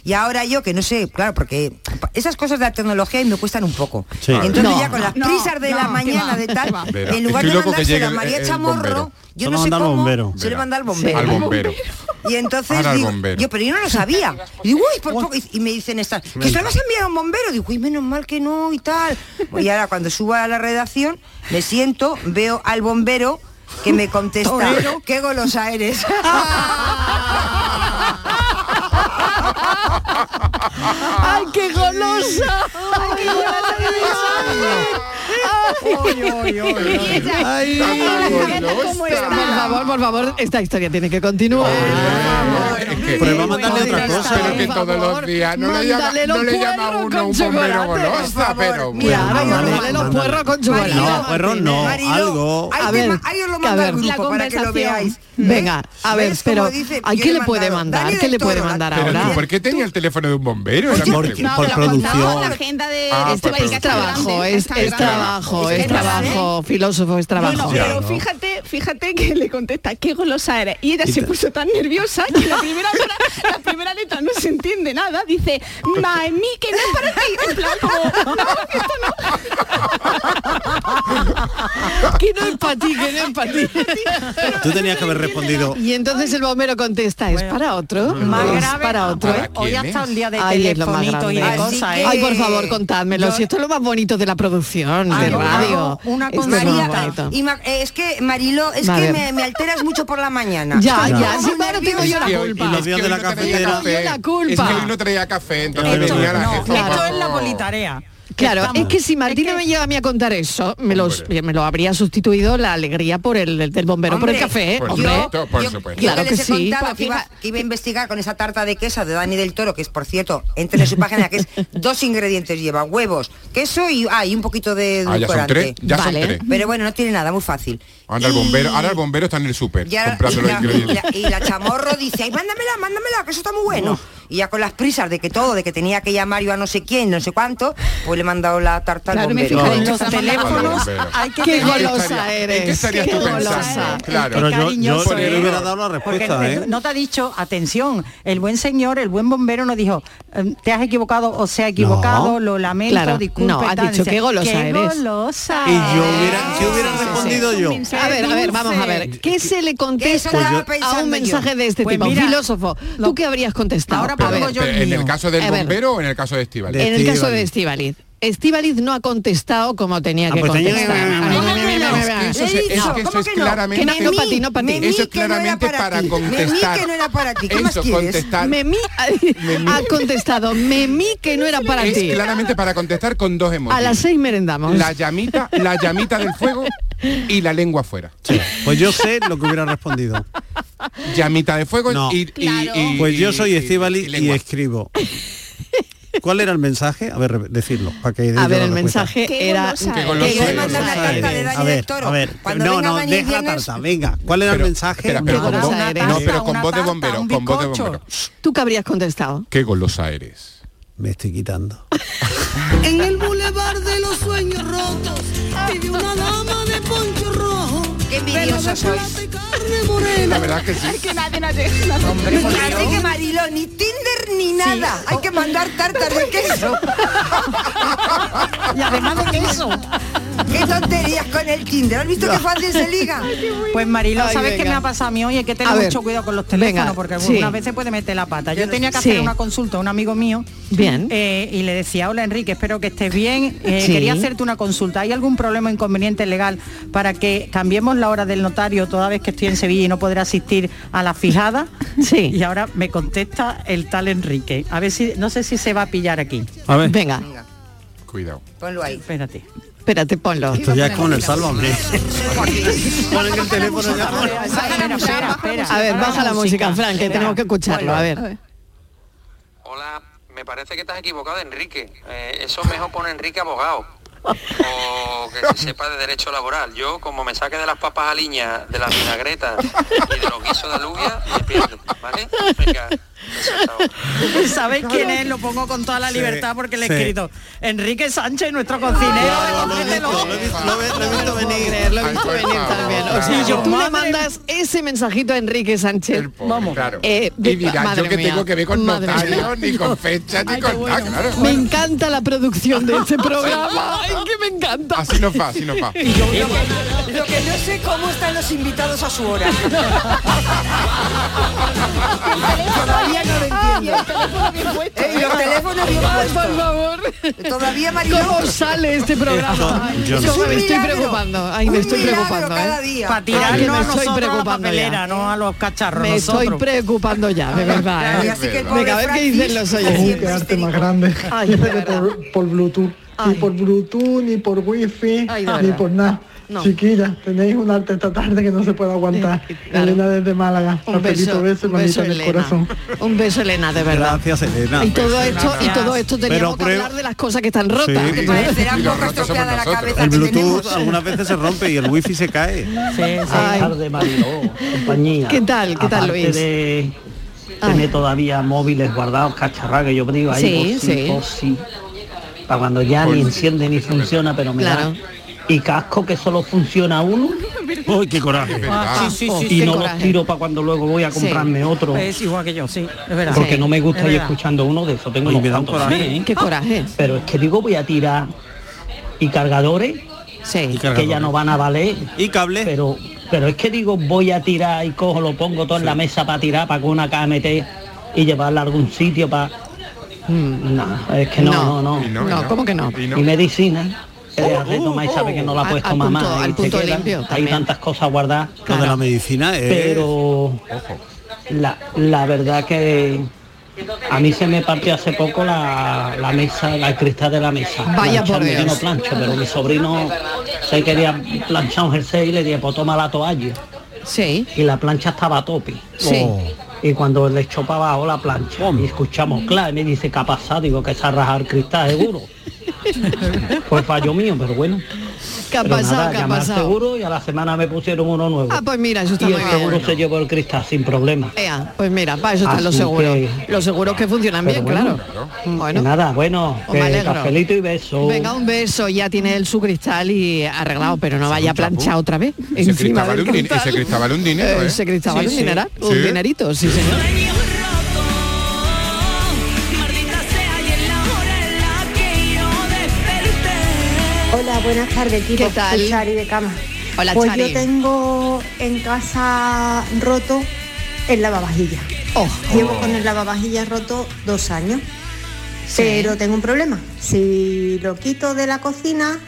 Y ahora yo, que no sé, claro, porque esas cosas de la tecnología me cuestan un poco.
Sí.
Entonces
No,
ya con las
no,
prisas de
no,
Ah,
la
que
mañana,
va,
de
que
tal,
va.
en lugar
Estoy
de
loco que
mandársela
llegue
a
el-
María
el
Chamorro,
bombero.
yo
Se
no
lo
sé
manda al
cómo,
bombero.
se le manda al
Sí.
bombero.
Al bombero.
Y entonces
Ahora al
digo,
bombero.
yo, pero yo no lo sabía. Y digo, uy, por poco. Y, y me dicen estas, que se lo vas a enviar a un bombero. Digo, uy, menos mal que no y tal. Y ahora cuando subo a la redacción, me siento, veo al bombero que me contesta, Torero. qué golosa eres.
¡Ay, qué golosa! ¡Ay, qué golosa! Ay, por favor, por favor, esta historia tiene que continuar.
Prueba a mandarle otra cosa. Pero que todos los días no le llama,
Mándale los
no le llama
puerros
uno a un
con
bombero
chocolate, por
golosa, pero
Mira, ahora mándale los puerros con chocolate.
No, puerros no, Marilo, algo. ahí
A
te
ver,
ma- ahí os lo
que a
mando
ver,
al grupo para que lo
¿Eh?
veáis.
Venga, a ver,
¿Ves cómo
pero
dice?
¿a
Yo
qué
le
le
he
puede mandar?
mandado. Dani
¿Qué le
del
puede
Toro,
mandar
Pero tú,
ahora?
¿por qué tenía el teléfono de un bombero? Era mi pregunta.
no, pero
Contaba la agenda de
Ah,
este
pues,
país
Es trabajo, es, es trabajo, es trabajo, filósofo, es pues trabajo.
Bueno, pero fíjate, fíjate que le contesta, qué golosa eres. Y ella
Y
se
te-
puso tan nerviosa que la primera, hora- la primera letra no se entiende nada. Dice, mami, que no es para ti. En plan, como, no, que esto no.
que no es para ti, que no es para ti.
Tú tenías que haber respondido.
Y entonces el bombero contesta, es para otro,
Más
es
grave,
para
¿no?
otro.
¿Para
Hoy ha
quién
estado
es?
el día de
Ay, es lo más
telefonitos y de
grande.
cosas,
Así
¿eh?
que-
Ay, por favor, contádmelo.
Yo- Ah,
Si esto es lo más bonito de la producción, de radio. Esto es lo más bonito.
y ma- eh, es que Marilo, es
A
que
ver.
me, me alteras mucho por la mañana.
Ya,
Estoy
ya,
como
sí,
muy
claro, tengo yo
nerviosa.
la
Y hoy-
culpa.
y los días de la
Yo la
cafetera.
tengo yo la culpa.
Es que hoy no traía café, entonces
Esto-
venía la
no,
jefa.
claro.
por
Esto es la
favor.
politarea.
Claro,
Estamos.
es que si Martina me llega a mí a contar eso, me, los- me lo habría sustituido la alegría por el del bombero, por el
Hombre,
café, ¿eh?
por
hombre.
supuesto,
por
Yo
Claro que
les he
sí.
contado
pa-
que iba, que iba a investigar con esa tarta de queso de Dani del Toro, que es por cierto, entre en su página que es dos ingredientes lleva huevos, queso y, ah, y un poquito de
Ah, ya son
edulcorante.
tres, ya son Vale. tres.
Pero bueno, no tiene nada, muy fácil.
Anda el bombero, ahora el bombero está en el súper
Y, ahora-
comprando
y la,
los
y
ingredientes.
la- y la chamorro dice, ay, mándamela, mándamela, que eso está muy bueno. Y ya con las prisas de que todo, de que tenía que llamar yo a no sé quién, no sé cuánto, pues le he mandado la tarta al
Claro, me
bombero.
fijaré en los teléfonos. Hay que
Qué
tener-
golosa
eres.
¿Qué estarías
Qué
tú
golosa.
pensando? Claro.
Pero yo, yo,
cariñoso,
yo
¿eh?
le hubiera dado la
Porque
respuesta,
no-
¿eh?
No te ha dicho, atención, el buen señor, el buen bombero no dijo, "Em, te has equivocado o se ha equivocado,
No.
lo lamento,
Claro,
disculpe.
no, ha
tal",
dicho,
dice,
"Qué golosa
"Qué
eres".
golosa".
Y
Ah,
yo hubiera, yo hubiera respondido yo.
A ver, a ver, vamos a ver. ¿Qué se le contesta
Pues yo-
a un mensaje de este
Pues
tipo?
mira,
Filósofo, ¿tú qué habrías contestado?
Pero,
a ver,
pero, ¿En el caso del
A ver,
bombero o en el caso de Estival?
en el caso de Estivaliz. Estivaliz no ha contestado como tenía
Ah,
que
pues tenía que-
contestar.
Es que eso se- es que eso es claramente-
Que no, no para ti, no para ti.
Eso es claramente para contestar. Eso, contestar.
Memí
Memí.
ha contestado. Memí que no era para
es
ti.
claramente para contestar con dos emojis.
A las seis merendamos.
La llamita, la llamita del fuego y la lengua afuera.
Pues yo sé lo que hubiera respondido.
Llamita de fuego y, y- y-
Pues yo soy
y-
Estivali y, escribo. ¿Cuál era el mensaje? A ver, re- decirlo. Para que dé
A
yo
ver,
la
el
respuesta.
mensaje era...
Que con los
Ella-
suegros,
una
¿sabes?
tarta de Dani
A
del
ver,
Toro.
a ver,
Cuando
no,
venga
no,
Dani
deja la
Viernes-
tarta, venga. ¿Cuál era el mensaje?
Espera, pero con voz,
golosa eres.
no, pero con
Una
voz de
tarta,
bombero,
un
con voz de
bizcocho.
bombero.
¿Tú qué habrías contestado?
Qué golosa eres.
Me estoy quitando.
En el bulevar de los sueños rotos vive una dama de poncho rojo.
Qué envidiosa
pelo de plata y carne morena.
La verdad que sí.
Ay, que nadie nos llega.
Hombre, por Así que Mariló, ni Tinder ni nada. Hay que mandar tartas de queso.
Y además de queso.
Qué tonterías con el Tinder. ¿Has visto qué fácil se liga?
Pues Marilo,
Ay,
¿sabes
venga.
qué me ha pasado a mí hoy? Hay que
A
tener
ver,
mucho cuidado con los teléfonos
venga,
porque
sí.
una vez se puede meter la pata. Yo
no
tenía que
sé.
hacer
Sí.
una consulta a un amigo mío
Bien.
eh, y le decía, hola Enrique, espero que estés bien. Eh,
Sí.
Quería hacerte una consulta. ¿Hay algún problema o inconveniente legal para que cambiemos la hora del notario toda vez que estoy en Sevilla y no podré asistir a la fijada?
Sí.
Y ahora me contesta el tal Enrique. A ver si, no sé si se va a pillar aquí.
A ver.
Venga.
Cuidado.
Ponlo ahí.
Espérate.
Espérate, ponlo.
Esto ya es como en el salvo, hombre. Ponen el teléfono ya.
Espera, espera, espera.
A ver, baja la música, Fran, que
Espera.
tenemos que escucharlo. A ver.
Hola, me parece que estás equivocado, Enrique. Eh, eso mejor pone Enrique abogado. O que se sepa de derecho laboral. Yo, como me saque de las papas aliñas, de las vinagretas y de los guisos de alubia, me pierdo, ¿vale? Venga,
¿Sabéis quién es? Lo pongo con toda la
Sí,
libertad porque le
sí.
he escrito. Enrique Sánchez, nuestro cocinero.
Lo he visto venir también. O sea,
Sí, yo,
tú le
madre-
mandas ese mensajito a Enrique Sánchez. Vamos.
Claro.
Eh,
y dirá,
madre
yo que
mía,
tengo que ver con
madre mía.
notarios, ni con fechas, ni con nada, claro.
Me encanta la producción de este programa. Ay, que me encanta.
Así nos va, así nos va.
Y yo- lo, que, lo que no sé cómo
Este
están los invitados a su hora. Todavía no lo entiendo. Ey, los teléfonos bien
Ay,
puestos.
por favor.
Todavía Mariló.
¿Cómo sale este programa?
Esto, yo Eh, no
¿Cómo
sé.
me
Un
estoy
milagro.
preocupando. Ay, me
Un
estoy
milagro
preocupando.
cada
¿eh?
día.
Para
Para
tirarnos
tirarnos
me estoy
nosotros a la
preocupando
papelera,
ya.
no a los cacharros.
Me estoy
nosotros.
preocupando ya, de verdad. ¿eh?
Así que el
Venga,
pobre
a ver qué
Francis
dicen los
siempre
oyentes.
qué arte más grande.
Ay,
Dice
de
que por, por Bluetooth. Ni por Bluetooth, ni por wifi,
Ay, de
ni
verdad.
por nada.
No. Eh,
Chiquillas, tenéis un arte esta tarde que no se puede aguantar. Elena desde Málaga.
Un beso,
Papelito beso, y
un
manita
beso,
en el
Elena.
corazón.
Un beso, Elena, de verdad.
Gracias, Elena.
Y todo esto, y todo esto
Pero
teníamos que
prueba-
hablar de las cosas que están rotas.
Sí.
que
Y
parecerá
los
poco
rotos
estropeada la cabeza
El
que
Bluetooth
tenemos.
algunas veces se rompe y el wifi se cae.
Ay.
compañía.
¿Qué tal? ¿Qué tal,
Aparte
Luis? Ah.
de tener todavía móviles guardados, cacharra que yo digo
Sí,
ahí, por
sí.
por sí. Para cuando ya ni
Pues,
enciende ni funciona, pero me
Claro.
da. Y casco que solo funciona uno.
¡Uy, qué coraje!
Ah,
Sí, sí,
oh,
sí,
y
qué
no los
coraje.
tiro para cuando luego voy a
Sí.
comprarme otro.
Es igual que yo, sí, es verdad.
Porque no me
Es
gusta ir
verdad.
escuchando uno de esos. Tengo
Ay,
unos
me da un
cuantos
coraje.
también, ¿eh?
Qué coraje.
Pero es que digo, voy a tirar y cargadores, que ya
cargadores.
no van a valer.
Y cables.
Pero, pero es que digo, voy a tirar y cojo, lo pongo todo en la mesa para tirar, para con una KMT y llevarla a algún sitio para... Mm, No, es que no,
No.
no, no.
Y no, y No, no. ¿cómo que no?
Y, medicina. Que de arreto más y sabe que no la
Al-
puedes
Uh, al
tomar
punto-
más. ¿eh? y
al
se
punto
queda.
limpio
Hay
también.
tantas cosas guardadas.
Lo de la medicina es...
Pero la, la verdad que a mí se me partió hace poco la, la mesa, la el cristal de la mesa.
Vaya por
Plancharme, yo
Dios.
no plancho, pero mi sobrino se quería planchar un jersey y le dije, pues toma la toalla.
Sí.
Y la plancha estaba a tope.
Sí. Oh.
Y cuando le echó para abajo la plancha y escuchamos, claro, y me dice, ¿qué ha pasado? Digo, que se ha rajado el cristal, seguro. Fue fallo mío, pero bueno.
¿Qué ha
Pero
pasado?
nada,
¿Qué ha
llamé al
pasado?
seguro y a la semana me pusieron uno nuevo.
Ah, pues mira, eso está
y
muy
el
bien.
seguro se llevó el cristal sin problema.
Ea, pues mira, para eso están los
Así
seguros.
que-
Los seguros que funcionan
Pero
bien,
bueno,
claro.
Que Nada, bueno,
Pues me
que
alegro.
cafelito y beso.
Venga, un beso, ya tiene él su cristal y arreglado, pero no vaya planchado otra vez.
Ese
encima
cristal vale
del
un, din-
cristal.
ese cristal vale un dinero,
Eh,
¿eh?
ese cristal vale
Sí,
un,
sí.
dinera- un
Sí. Ah.
dinerito, sí, señor.
Hola, buenas tardes, equipo.
¿Qué tal?
Soy Chari de cama.
Hola,
pues
Chari.
yo tengo en casa roto el lavavajillas.
Oh.
Llevo con el lavavajillas roto dos años. Pero tengo un problema. Si lo quito de la cocina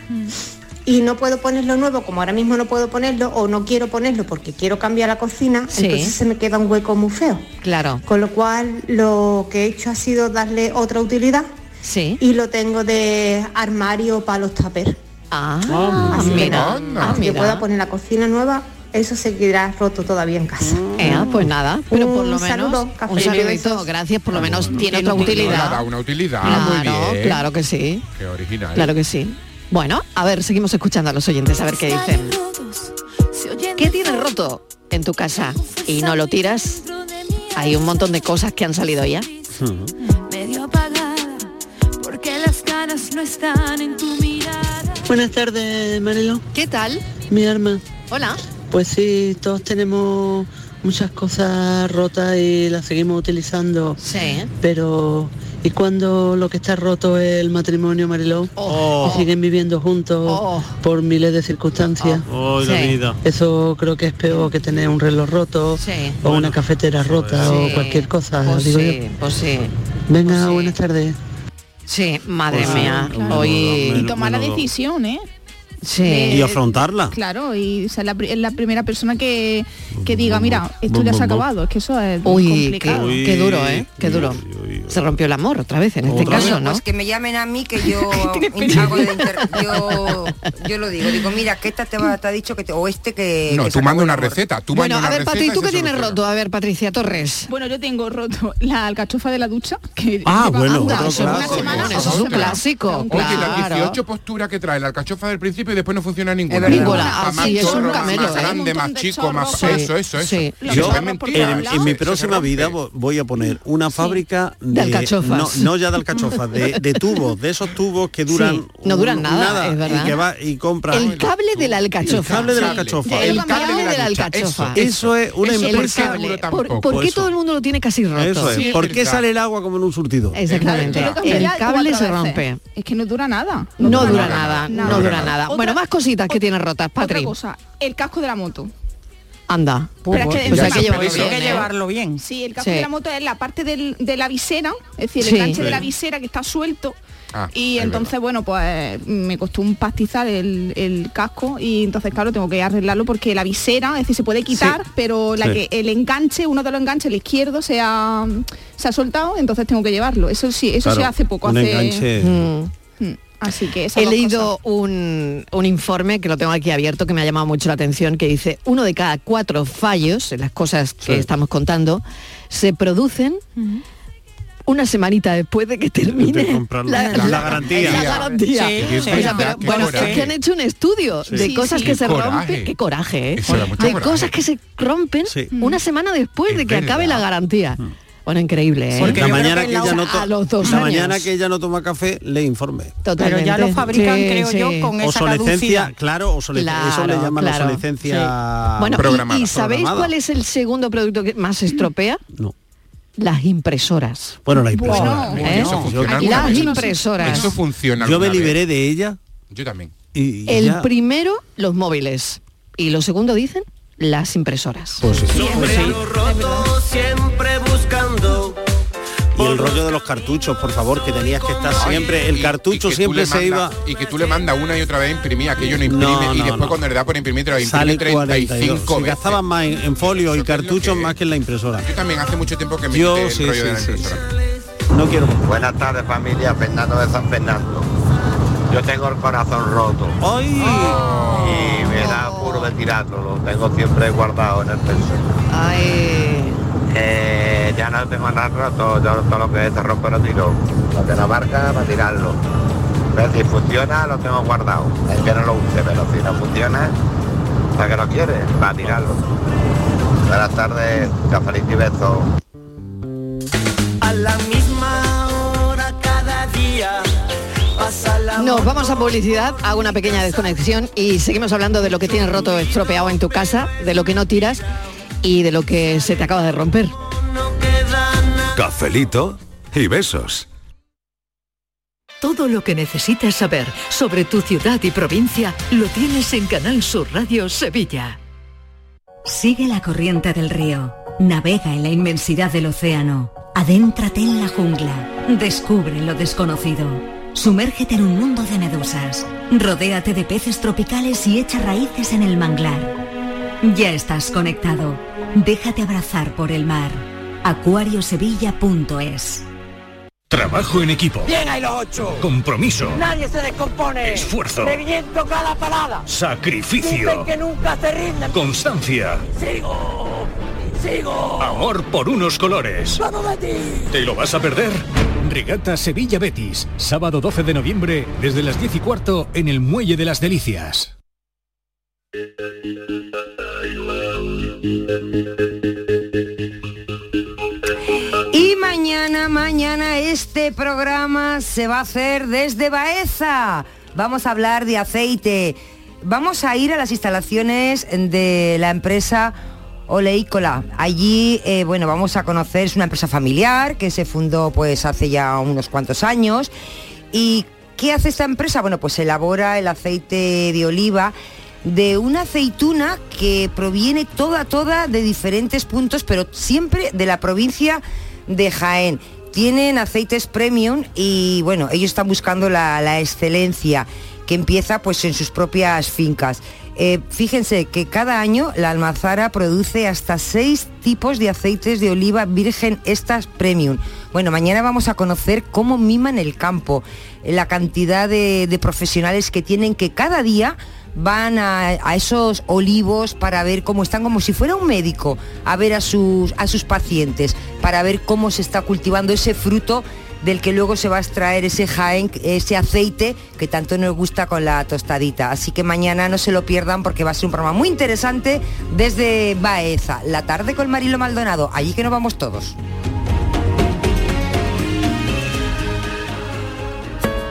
y no puedo ponerlo nuevo, como ahora mismo no puedo ponerlo o no quiero ponerlo porque quiero cambiar la cocina,
Sí.
entonces se me queda un hueco muy feo.
Claro.
Con lo cual lo que he hecho ha sido darle otra utilidad.
Sí.
Y lo tengo de armario para los tapers.
Ah,
así
mira,
que,
ah,
así que
mira.
pueda poner la cocina nueva, eso se quedará roto todavía en casa.
Eh, ah, pues nada, pero por
Un
lo menos
saludo,
un
café,
saludito,
besos.
gracias,
Ah,
por lo menos tiene otra
Le da
utilidad.
una utilidad,
Claro,
Ah, muy bien. eh.
claro que sí,
Qué original.
claro que sí. Bueno, a ver, seguimos escuchando a los oyentes a ver qué dicen. ¿Qué tienes roto en tu casa y no lo tiras? Hay un montón de cosas que han salido ya.
Hmm.
medio apagada, porque las ganas no están en tu mirada.
Buenas tardes, Marilo.
¿Qué tal?
Mi arma.
Hola.
Pues sí, todos tenemos muchas cosas rotas y las seguimos utilizando.
Sí.
Pero ¿y cuando lo que está roto es el matrimonio, Mariló?
Oh.
Y siguen viviendo juntos
Oh.
por miles de circunstancias.
Ah.
Oh, la Sí. vida.
Eso creo que es peor que tener un reloj roto o una cafetera rota
Sí.
o cualquier cosa.
Pues
digo
sí,
yo.
pues sí.
Venga,
Pues
buenas tardes.
Sí, madre
Pues sí,
mía,
claro.
hoy...
Y tomar la decisión, ¿eh?
Sí.
De-
Y afrontarla.
Eh, Claro, y ser la, pri- la primera persona que, que diga, mira, esto ya se ha acabado, es que eso es
Uy, qué,
complicado.
qué duro, ¿eh? Qué duro. Se rompió el amor otra vez en este
¿Otra
caso,
vez?
¿no?
Pues que
me llamen a mí que
yo- hago de inter- yo- yo lo digo, digo, mira, que esta te, va- te ha dicho que te- o este que...
No,
que se
tú manda
acabó
una
el amor.
receta, tú
Bueno,
manda
a
una
ver,
receta.
Pati,
y
¿tú
se
qué tienes
soluciona.
roto? A ver, Patricia Torres.
Bueno, yo tengo roto la alcachofa de la ducha. Que
Ah,
lleva-
bueno,
Anda,
otro
eso es una
clásico.
semana.
Eso
Eso es un clásico,
Oye, las
claro.
18 posturas que trae la alcachofa del principio y después no funciona ninguna.
verdad. Ninguna,
Más
así es un
chorro, más-
camelo,
Más
¿eh?
grande,
Un
más
montón de
chico, más
chorros.
peso, eso, eso.
Sí.
Yo
es mentira.
en, en mi próxima vida vo- voy a poner una fábrica de,
alcachofas.
No, no ya de alcachofas, de, de tubos, de esos tubos que duran
Sí, no duran nada, es verdad.
y que va y compra
El cable de la
el
alcachofa.
cable de la alcachofa,
El cable de la alcachofa.
Eso, eso es una
El
empresa.
cable. ¿Por, por qué todo el mundo lo tiene casi roto?
Eso es. ¿Por qué sale el agua como en un surtido?
Exactamente.
Yo lo cambié
El
ya
cable
cuatro
se
veces.
rompe.
Es que no dura nada.
No dura nada, no
Nada.
dura dura nada.
Otra-
Bueno, más cositas que tiene rotas,
Otra
Patri.
cosa, el casco de la moto.
Anda.
Pero es que el
Pues hay que
café-
llevarlo
Hay que
bien, ¿eh?
llevarlo bien. Sí, el café
Sí.
de la moto es la parte del- de la visera, es decir, el
Sí.
enganche de
Sí.
la visera que está suelto.
Ah,
y
es
entonces, bueno, pues me costó un pastizal el, el casco y entonces, claro, tengo que arreglarlo porque la visera, es decir, se puede quitar,
Sí.
pero la
Sí.
que el enganche, uno de los enganches, el izquierdo, se ha, se ha soltado, entonces tengo que llevarlo. Eso sí, eso sí
Claro,
hace poco,
un
hace...
enganche.
Mm, Así que esas
He
dos
leído un, un informe que lo tengo aquí abierto que me ha llamado mucho la atención que dice uno de cada cuatro fallos en las cosas
Sí.
que estamos contando se producen una semanita después de que termine
comprarlo. La garantía.
la garantía.
Sí, sí.
O sea,
Verdad,
pero,
qué
bueno,
coraje.
es que han hecho un estudio
Sí.
de
Sí,
cosas
sí.
que
Qué
se
coraje.
rompen, qué coraje, ¿eh?
Eso da
de
mucho coraje.
cosas que se rompen
Sí. Mm.
una semana después de que acabe la garantía. Bueno, increíble, ¿eh?
Porque Mm. la mañana que
O
ella
sea,
no to-
a los dos
la
años.
mañana que ella no toma café le informe.
Totalmente.
Pero ya lo fabrican,
Sí,
creo
sí.
yo, con esa
Obsolescencia,
caducidad.
claro, obsole- eso le
Claro,
llaman la
claro.
obsolescencia
Sí. Bueno, y-
programada.
¿y, sabéis
Programada.
cuál es el segundo producto que más se estropea?
No.
Las impresoras.
Bueno, la impresora.
Bueno,
¿eh?
¿eh?
Yo
Las
alguna vez-
impresoras.
Eso
funciona
Yo me
alguna vez.
liberé de ella.
Yo también.
Y, y
El
ya-
primero, los móviles. Y lo segundo dicen las impresoras.
Pues sí.
roto, siempre buscando.
Y el rollo de los cartuchos, por favor, que tenías que estar siempre. El cartucho
que tú
siempre
le
se iba.
mandas- Y que tú le mandas una y otra vez a imprimir, aquello no imprime,
No,
y
no,
después
no.
cuando le da por imprimir te lo imprime
Sale 42.
35
Se
veces.
gastaban más en, en folio y cartuchos más que en la impresora.
Yo también hace mucho tiempo que me
Yo,
quité el
sí,
rollo
sí,
de la
sí,
impresora.
No quiero.
Buenas tardes familia, Fernando de San Fernando. Yo tengo el corazón roto. Y me da apuro de tirarlo, lo tengo siempre guardado en el pecho. Eh, ya no tengo nada roto, yo todo lo que es, se rompe lo tiro. Lo de la barca para tirarlo. Pero si funciona, lo tengo guardado. Es que no lo use, pero si no funciona, para que lo quiere, para tirarlo. Buenas tardes, cafelito y besos.
A la misma hora cada día pasa la
Nos vamos a publicidad, hago una pequeña desconexión y seguimos hablando de lo que tienes roto, estropeado en tu casa, de lo que no tiras y de lo que se te acaba de romper.
Cafelito y besos.
Todo lo que necesitas saber sobre tu ciudad y provincia lo tienes en Canal Sur Radio Sevilla.
Sigue la corriente del río, navega en la inmensidad del océano, adéntrate en la jungla, descubre lo desconocido, sumérgete en un mundo de medusas, rodéate de peces tropicales y echa raíces en el manglar. Ya estás conectado, déjate abrazar por el mar. acuariosevilla.es
Trabajo en equipo.
Bien ahí los ocho.
Compromiso.
Nadie se descompone.
Esfuerzo.
Reviento cada parada.
Sacrificio.
nunca se rinden.
Constancia.
Sigo. Sigo.
Amor por unos colores. ¿Te lo vas a perder? Regata Sevilla Betis, sábado 12 de noviembre, desde las 10 y cuarto en el Muelle de las Delicias.
Y mañana, mañana este programa se va a hacer desde Baeza. Vamos a hablar de aceite. Vamos a ir a las instalaciones de la empresa Oleícola. Allí, eh, bueno, vamos a conocer, es una empresa familiar que se fundó pues hace ya unos cuantos años. ¿Y qué hace esta empresa? Bueno, pues elabora el aceite de oliva de una aceituna que proviene toda, toda de diferentes puntos, pero siempre de la provincia de Jaén. Tienen aceites premium y bueno, ellos están buscando la, la excelencia que empieza pues en sus propias fincas. Eh, fíjense que cada año la almazara produce hasta seis tipos de aceites de oliva virgen estas premium. Bueno, mañana vamos a conocer cómo miman el campo, eh, la cantidad de, de profesionales que tienen que cada día van a, a esos olivos para ver cómo están, como si fuera un médico, a ver a sus, a sus pacientes, para ver cómo se está cultivando ese fruto del que luego se va a extraer ese jaén, ese aceite que tanto nos gusta con la tostadita. Así que mañana no se lo pierdan porque va a ser un programa muy interesante desde Baeza, la tarde con Marilo Maldonado, allí que nos vamos todos.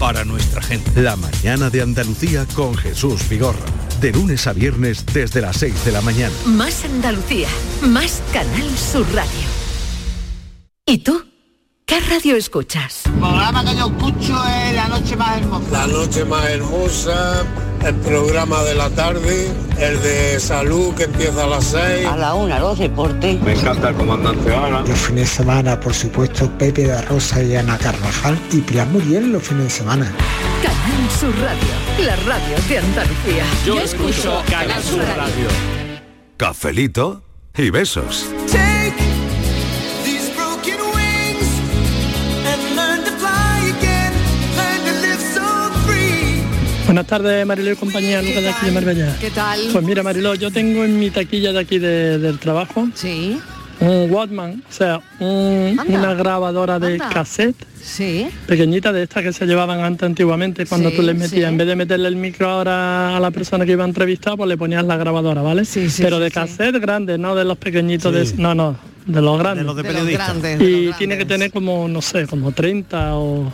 para nuestra gente.
La mañana de Andalucía con Jesús Vigorra. De lunes a viernes desde las 6 de la mañana.
Más Andalucía, más Canal Sur Radio. ¿Y tú? ¿Qué radio escuchas?
programa que yo escucho es La Noche Más Hermosa.
La noche más hermosa, el programa de la tarde, el de salud que empieza a las 6.
A la una, los deportes.
Me encanta el comandante ahora.
Los fines de semana, por supuesto, Pepe de Rosa y Ana Carvajal y Pilar Muriel los fines de semana.
Canal Sur Radio, la radio de Andalucía.
Yo escucho Canal Sur Radio.
Cafelito y besos.
Take these broken wings and learn to fly again. Learn to live so free.
Buenas tardes, Mariló y compañía, Lucas de aquí de Marbella.
¿Qué tal?
Pues mira, Mariló, yo tengo en mi taquilla de aquí de- del trabajo un Walkman, o sea, un-
Anda.
una grabadora de
Anda.
cassette
Sí.
pequeñita de estas que se llevaban antes antiguamente cuando
Sí,
tú les metías
sí.
en vez de meterle el micro ahora a la persona que iba a entrevistar pues le ponías la grabadora vale pero de cassette grande no de los pequeñitos de no no de los grandes
los de De los periodistas. grandes,
y
de los
tiene que tener como no sé como 30 o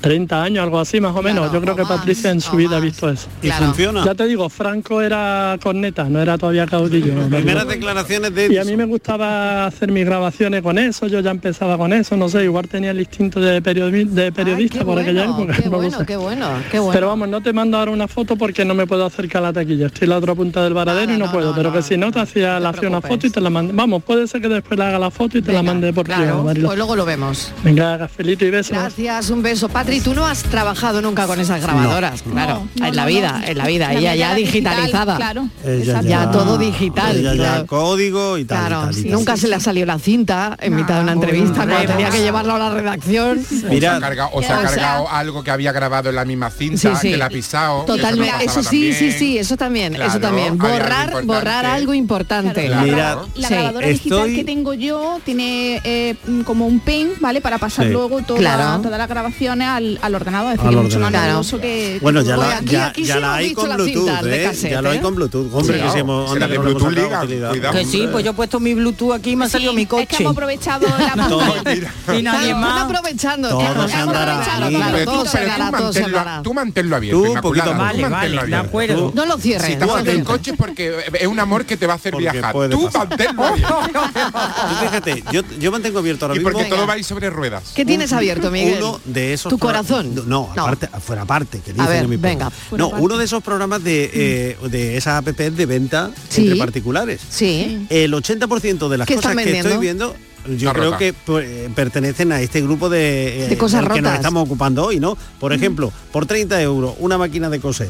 30 años algo así más o menos yo creo que Patricia en su vida ha visto eso
¿Y Claro. funciona?
ya te digo Franco era corneta no era todavía caudillo
Primeras declaraciones de
y a mí me gustaba hacer mis grabaciones con eso, yo ya empezaba con eso, no sé, igual tenía el instinto de, periodi- de periodista por aquella
bueno,
época.
qué
no lo
bueno,
sé.
qué bueno, qué bueno.
Pero vamos, no te mando ahora una foto porque no me puedo acercar a la taquilla. Estoy en la otra punta del varadero y no, puedo. pero que si no, te hacía, le hacía una foto y te la mando. Vamos, puede ser que después le haga la foto y te la mande por
claro,
privado, Marilo.
pues luego lo vemos.
Venga, gafelito y besos.
Gracias, un beso. Patri, tú no has trabajado nunca con esas grabadoras, claro.
No,
en la
no,
vida,
no.
en la vida.
La
Ella
media
ya
digital,
digitalizada.
claro.
Ella
ya, todo digital.
ella ya
claro.
código y tal. y
Claro,
tal, y tal.
nunca se le ha salido la cinta en mitad de
Ah,
una entrevista cuando tenía que llevarlo a la redacción.
Mira,
o se ha cargado, o se ha
O sea,
cargado algo que había grabado en la misma cinta,
Sí, sí.
que la ha pisado.
Totalmente, eso, sí, sí, sí, eso también, eso
Claro,
también.
hay algo
Borrar,
importante.
borrar algo importante.
Claro, la Mira, grabadora-
La
Sí.
grabadora digital que tengo yo tiene eh, como un pin, ¿vale? Para pasar
Sí.
luego toda,
Claro.
todas las grabaciones al, al ordenador. Es decir,
Al
que mucho más
ordenador. Claro.
novedoso que...
Bueno,
que-
ya,
Oye,
la,
aquí-
ya,
aquí
ya
sí
la
hemos
hay
dicho
con
las
Bluetooth,
cintas de
¿eh? ya
cassette,
lo hay
¿eh?
con Bluetooth. Hombre, que
Sí.
si hemos...
Será de
anda, no le hemos
Bluetooth
sacado
liga,
utilidad.
cuidado.
Que sí, pues yo he puesto mi Bluetooth aquí y me ha salido mi
Es que
coche.
hemos aprovechado la pantalla.
Y nadie
Claro,
más.
van aprovechando.
Todo
claro,
se andará.
aprovechando,
Sí,
claro,
pero
todo
tú,
se
pero
andará,
tú
todo se
manténlo-
andará.
Tú manténlo abierto,
Tú, pues, un
Inmaculada,
poquito más,
tú
vale,
manténlo
vale, de
abierto.
acuerdo.
No lo cierres.
Si estamos en
Tú
el
atento.
coche es porque es un amor que te va a hacer
Porque
viajar.
puede
Tú
pasar.
manténlo abierto.
Tú fíjate, yo, yo mantengo abierto ahora
Y
mismo...
porque todo va a ir sobre ruedas.
¿Qué tienes abierto, Miguel?
Uno de esos
¿Tu
pro-
corazón?
No, no,
No.
aparte, fuera parte, que dicen
ver,
en mi
venga,
programa.
fuera Mm.
No,
parte.
uno de esos programas de, eh, de esas app de venta entre particulares.
Sí.
El 80% de las
¿Qué
cosas
están
que estoy
vendiendo?
viendo yo
Está
creo
rota.
que pues, pertenecen a este grupo de, eh,
De cosas
del que
rotas. Mm.
nos estamos ocupando hoy, ¿no? Por ejemplo, por 30 euros, una máquina de coser,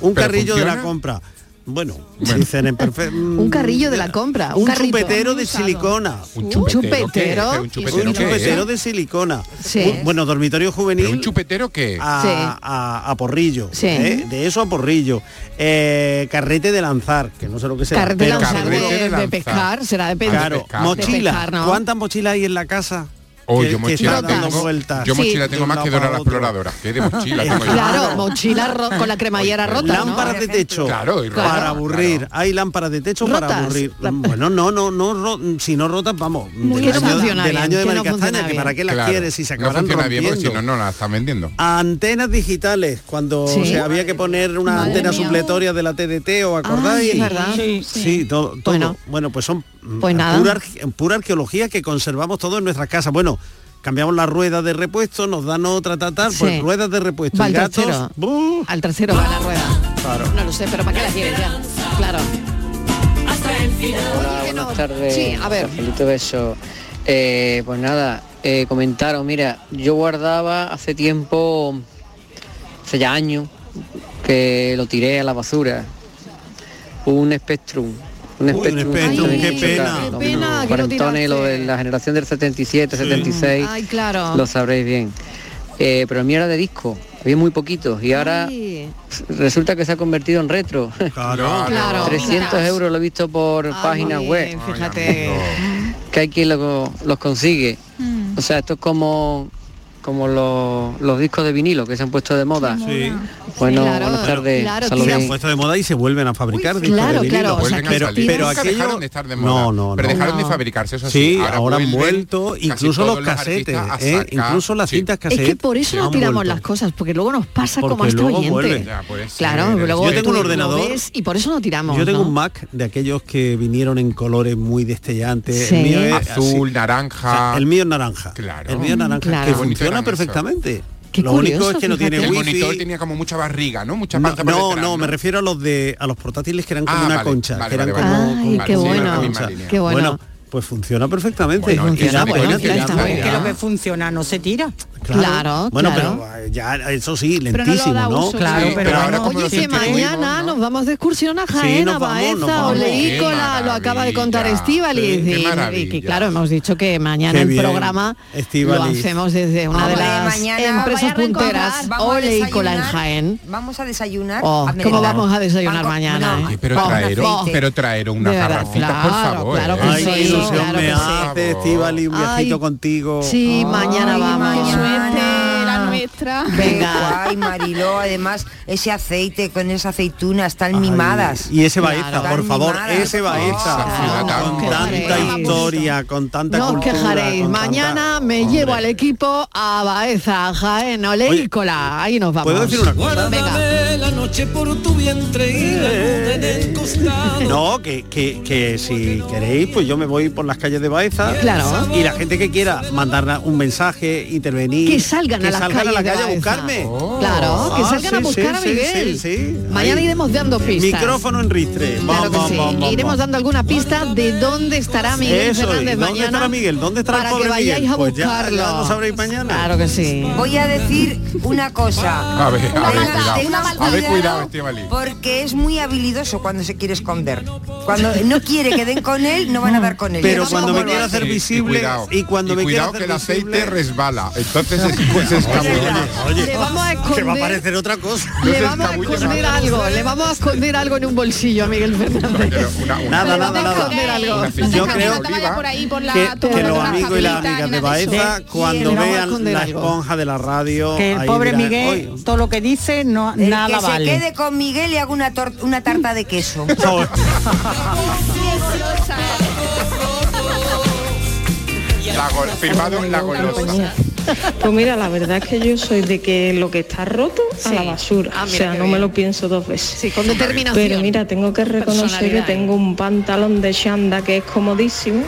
un
¿Pero
carrillo de
funciona?
la compra. Bueno, dicen en mm, perfecto.
Un carrillo de la compra. Un,
Un
carrito.
chupetero de silicona.
Un chupetero. ¿qué? chupetero. ¿Pero un chupetero
Un
qué?
chupetero de silicona.
Sí.
Un- bueno, dormitorio juvenil. ¿Un
chupetero qué?
A,
Sí.
a- a porrillo.
Sí.
¿eh? De eso a porrillo. Eh, carrete de lanzar, que no sé lo que sea.
Carrete de lanzar de- de, pescar, será de pescar.
Claro,
Ah,
mochila. ¿Cuántas mochilas hay en la casa?
Oh,
Que-
yo
que
mochila
están dando
tengo-
vueltas.
yo mochila
De
tengo
un
más que
lado
Dora
para
la
otro.
Exploradora, que de mochila tengo yo.
Claro, mochila ro- con la cremallera rota. ¿no?
Eh, lámparas de techo
Claro, y rotas,
para aburrir hay lámparas de techo para
Rotas.
aburrir bueno no no no ro- si no rotas vamos
Muy
del
bien.
año,
Funciona
del
bien,
año
que
de
no
Maricastaña,
funciona
que
bien.
para qué las
Claro.
quieres si se
No
acabaran
funciona bien porque si
rompiendo.
no, no la están vendiendo.
Antenas digitales, cuando
Sí.
se había que poner una
Madre
antena
mía.
supletoria de la TDT, ¿o
Ay,
acordáis?
es verdad. Ah, Sí,
Sí,
sí.
todo, todo. Bueno. pues son mm,
Pues nada.
Pura, arque- pura arqueología que conservamos todo en nuestras casas. Bueno, cambiamos la rueda de repuesto, nos dan otra tatal,
Sí.
pues ruedas de repuesto.
Va
y
al
gatos,
tercero.
¡buh!
Al tercero va la rueda.
Claro.
No lo sé, pero ¿para qué la quieres ya? Claro.
Hola, Ah, buenas tardes.
Sí, a ver.
Cafelito beso. Eh, pues nada, eh, comentaros, mira, yo guardaba hace tiempo, hace ya años, que lo tiré a la basura, un Spectrum Un espectrum.
espectrum,
de
qué
mucho
pena.
calor.
Qué pena, que no
Cuarentones, lo de la generación del 77, 76,
Ay, claro.
lo sabréis bien. Eh, pero a mí era de disco, había muy poquitos y ahora
Sí.
resulta que se ha convertido en retro.
Claro.
300 euros lo he visto por páginas web.
Fíjate.
Que hay quien lo- los consigue.
Hmm.
O sea, esto es como como los, los discos de vinilo que se han puesto de moda. Bueno,
Sí, claro.
buenas tardes.
Claro,
saludos.
se han puesto de moda y se vuelven a fabricar. discos de
claro,
vinilo.
claro, o sea,
Vuelven a pero,
salir.
pero
Nunca
aquello
dejaron de estar de moda,
no, no,
pero
no.
dejaron de
No.
fabricarse, eso
sí.
sí, ahora
ahora, han
vuelven
vuelto
casi
incluso
todos
los
los
casetes,
artistas a
¿eh?
sacar.
incluso las cintas
Es
casetes.
que por eso no tiramos las cosas, porque luego nos pasa como a
Porque
este
luego
oyente.
vuelve. Ya, puede ser.
claro, luego
Yo tengo
tú
un
lo
ordenador-
ves y por eso no tiramos.
Yo tengo
¿no?
un Mac de aquellos que vinieron en colores muy destellantes.
Sí.
El mío es
Azul,
así.
naranja.
O sea, el mío es naranja. El mío es naranja.
Claro.
Que
Qué bonito
funciona
eran esos.
perfectamente. Lo único es que no tiene
El
wifi.
monitor tenía como mucha barriga, ¿no? Mucha
No,
panza por
no,
detrás,
no, me refiero a los de a los portátiles que eran como
Ah,
una
vale,
concha,
vale,
que eran
vale,
como,
vale.
como
Ay, qué
concha.
bueno, qué bueno.
pues funciona perfectamente.
Bueno,
Y da
funciona,
pena
bueno,
que ya
ya
está.
está,
pues Que lo que funciona no se tira.
Bueno, pero eh, ya eso sí,
no lo da
lentísimo, ¿no?
uso, Claro, claro. pero ahora como
Oye, que mañana nos vamos de excursión a Jaén,
nos
a
vamos, nos
Baeza,
vamos. Qué
Oleícola, lo acaba de contar Estivaliz.
qué
y- y,
maravilla.
que claro, hemos dicho que mañana
Qué
el
bien,
programa lo
Estíbaliz.
hacemos desde una de
Hombre,
las
mañana
empresas
vaya a recordar,
punteras,
vamos a
Oleícola en
desayunar.
Jaén.
Vamos a desayunar.
Oh,
a
¿Cómo
merendar.
vamos a desayunar
Pan con-
mañana?
Oye,
eh?
pero
Con
traeron,
aceite.
pero traeron unas
De verdad,
garrafitas, por
claro,
favor.
claro
¿eh?
que
Ay, qué ilusión me hace, Estivali, un
Ay.
viajito contigo.
Sí, mañana vamos.
la nuestra.
Venga. Ay, Mariló, además, ese aceite con esas aceitunas tan mimadas.
Y ese Baeza,
Claro.
por
Tan
favor,
mimadas.
ese Baeza. con tanta historia, con tanta
No os
cultura.
quejaréis.
con tanta-
Mañana me llevo al equipo a Baeza, a Jaén, Oleícola. Ahí nos vamos.
¿puedo decir una cosa?
Venga.
La noche por tu vientre y la luna en el costado.
No, que, que- que si queréis, pues yo me voy por las calles de Baeza.
Claro.
Y la gente que quiera mandar un mensaje, intervenir.
Que salgan a las
salgan
calles de
calle
Baeza.
a
Oh.
buscarme.
Claro, que
Ah,
salgan a
sí,
buscar
sí,
a
sí,
Miguel.
sí, sí.
Mañana
Ahí.
iremos dando pistas.
Micrófono en ristre.
Claro que
Vamos,
sí.
vamos, vamos,
Iremos
vamos.
dando alguna pista de dónde estará Miguel
Eso es.
Fernández
¿Dónde
mañana.
estará Miguel? ¿Dónde estará el
Para que
pobre
vayáis
Miguel?
a
Pues ya- ya
buscarlo.
lo sabréis mañana.
Claro que sí.
Voy a decir una cosa.
A ver, a ver,
Tenga-
cuidado.
tenga
A ver, cuidado, Estivali.
Porque es muy habilidoso cuando se quiere esconder. Cuando no quiere que den con él, no van a dar con él.
Pero
Yo
cuando
tampoco
me
lo
quiera
hace.
hacer visible y cuando me
cuidado
quiera hacer
que el aceite
visible-
resbala. Entonces es- pues es cabrón.
Le vamos a
que va a
esconder-
aparecer otra cosa.
Le vamos a esconder algo, le vamos a esconder algo en un bolsillo a Miguel Fernández.
Nada, nada,
vamos a
nada.
esconder algo. Una ficha.
Yo
Una
creo
ficha.
Vaya por ahí, por la
que,
todo
que
lo
los
de la
amigos y las
tablita,
amigas
ni
de
nada eso.
Baeza, cuando
le vamos a
vean
esconder
la
algo.
esponja de la radio...
Que el
ahí
pobre
dirán,
Miguel,
"Oye,
todo lo que dice, no,
El
nada
que se
vale.
quede con Miguel y haga una, tor- una tarta de queso.
La gol- firmado en la golosa.
Pues mira, la verdad es que yo soy de que lo que está roto a la basura.
Ah,
o
mira
sea,
qué
no me
bien.
lo pienso dos veces.
Sí, con determinación.
Pero mira, tengo que reconocer que
Personalidad, ¿eh?
tengo un pantalón de chanda que es comodísimo.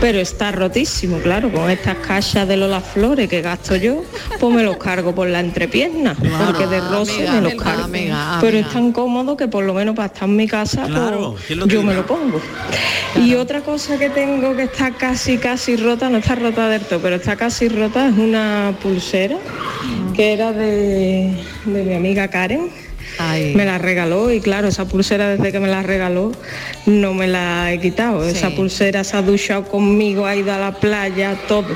Pero está rotísimo, claro, con estas cajas de Lola Flores que gasto yo, pues me los cargo por la entrepierna. Porque de roce
amiga,
me los
amiga,
cargo.
amiga,
Pero
amiga.
es tan cómodo que por lo menos para estar en mi casa, pues, Claro, ¿quién lo yo me quita? lo pongo. Y otra cosa que tengo que está casi, casi rota, no está rota del todo, pero está casi rota, es una pulsera que era de, de mi amiga Karen. Me la regaló y claro, esa pulsera desde que me la regaló no me la he quitado. Esa pulsera se ha duchado conmigo, ha ido a la playa, todo.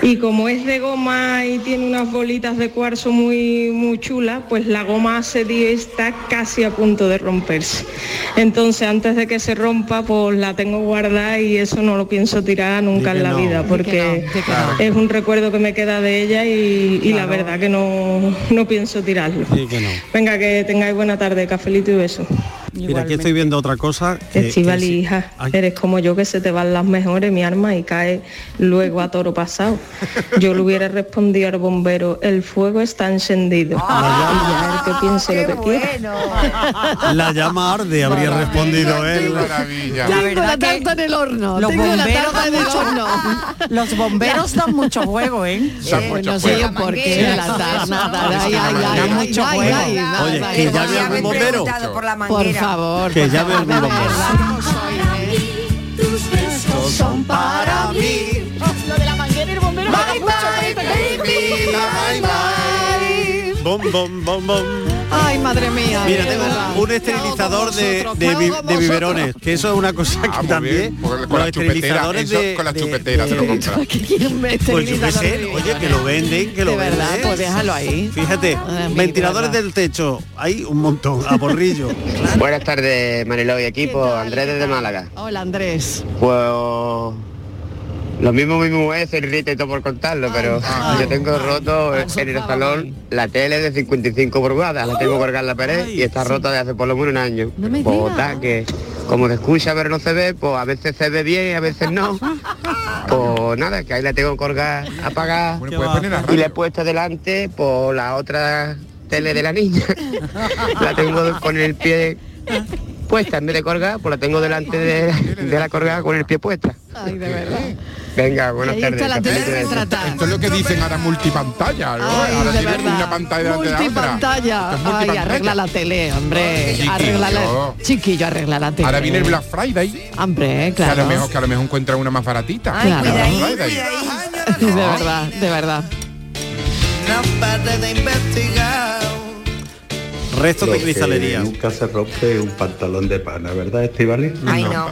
Y como es de goma y tiene unas bolitas de cuarzo muy, muy chulas, pues la goma hace 10 está casi a punto de romperse. Entonces antes de que se rompa, pues la tengo guardada y eso no lo pienso tirar nunca
Di
en
que
la
no.
vida,
Di que
porque
no, di que no.
es un recuerdo que me queda de ella y, y la
Claro.
verdad que no, no pienso tirarlo. Venga, que tengáis buena tarde, cafelito y beso.
Mira, aquí estoy viendo otra cosa. que- Eh, que
Estival
sí.
hija, eres como yo que se te van las mejores, mi arma, y cae luego a toro pasado. Yo le hubiera respondido al bombero, el fuego está encendido.
Ah.
Y ya el que piense lo que quiera.
La llama arde, habría respondido él.
maravilla.
Tengo la tarta en el horno.
Los
tengo la
bomberos
tarta
dan
en el
mucho
horno.
Los bomberos dan mucho juego, ¿eh?
Dan Eh, mucho
no sé juego. yo por qué, la
dan
tarta, ay, ay, ay,
Dan
ay,
mucho
ay,
juego.
ay, ay,
Oye,
ay,
que
ay,
llame
ay,
algún
ay,
bombero.
preguntado por
la
Por favor.
Que
por
llame
favor.
algún bombero.
Tus besos son para mí.
Lo de la manguera y el bombero.
Bye, bye, baby. Bye, bye.
Bom, bom, bom, bom.
Ay, madre mía.
Mira,
de
tengo
verdad.
un esterilizador de,
vosotros,
de,
me hago
bi-
con
de
vosotros.
biberones, que eso es una cosa que también...
Con las chupeteras, eso con las chupeteras se lo compra.
Pues yo qué sé, oye, que lo venden, que lo
De
venden.
verdad, pues déjalo ahí.
Fíjate, ventiladores del techo, hay un montón, a borrillo.
Buenas tardes, Mariló y equipo. Andrés desde Málaga.
Hola, Andrés.
Pues lo mismo mi mujer se irrita y todo por contarlo, pero yo tengo roto en el salón la tele de 55 pulgadas, la tengo colgada en la pared y está rota de hace por lo menos un año.
me
Pues,
digas.
tal, que como se escucha pero no se ve, pues a veces se ve bien y a veces no. Pues nada, que ahí la tengo colgada, apagada. y la he puesto delante por la otra tele de la niña. la tengo con el pie puesta en vez de colgada, pues la tengo delante de, de la colgada con el pie puesta.
Ay, de verdad.
Venga, buenas
Ahí
tardes.
está la tele
capitán.
retratada.
Esto es lo que dicen ahora multipantalla. ¿no?
Ay,
ahora
de
tienen
verdad.
una pantalla delante de la otra. Esto es
Multipantalla. Ay,
multipantalla. Ah,
arregla la tele, hombre.
Chiquillo.
Arregla la... Chiquillo, arregla la tele.
Ahora viene el Black Friday.
Hombre,
Que a
claro.
lo mejor, que a lo mejor encuentra una más baratita.
Claro.
Black
cuidadín,
Friday.
De verdad, de verdad.
Restos de
Lo que
cristalería.
Nunca se rompe un pantalón de pana, ¿verdad, Estivali?
Ay, no.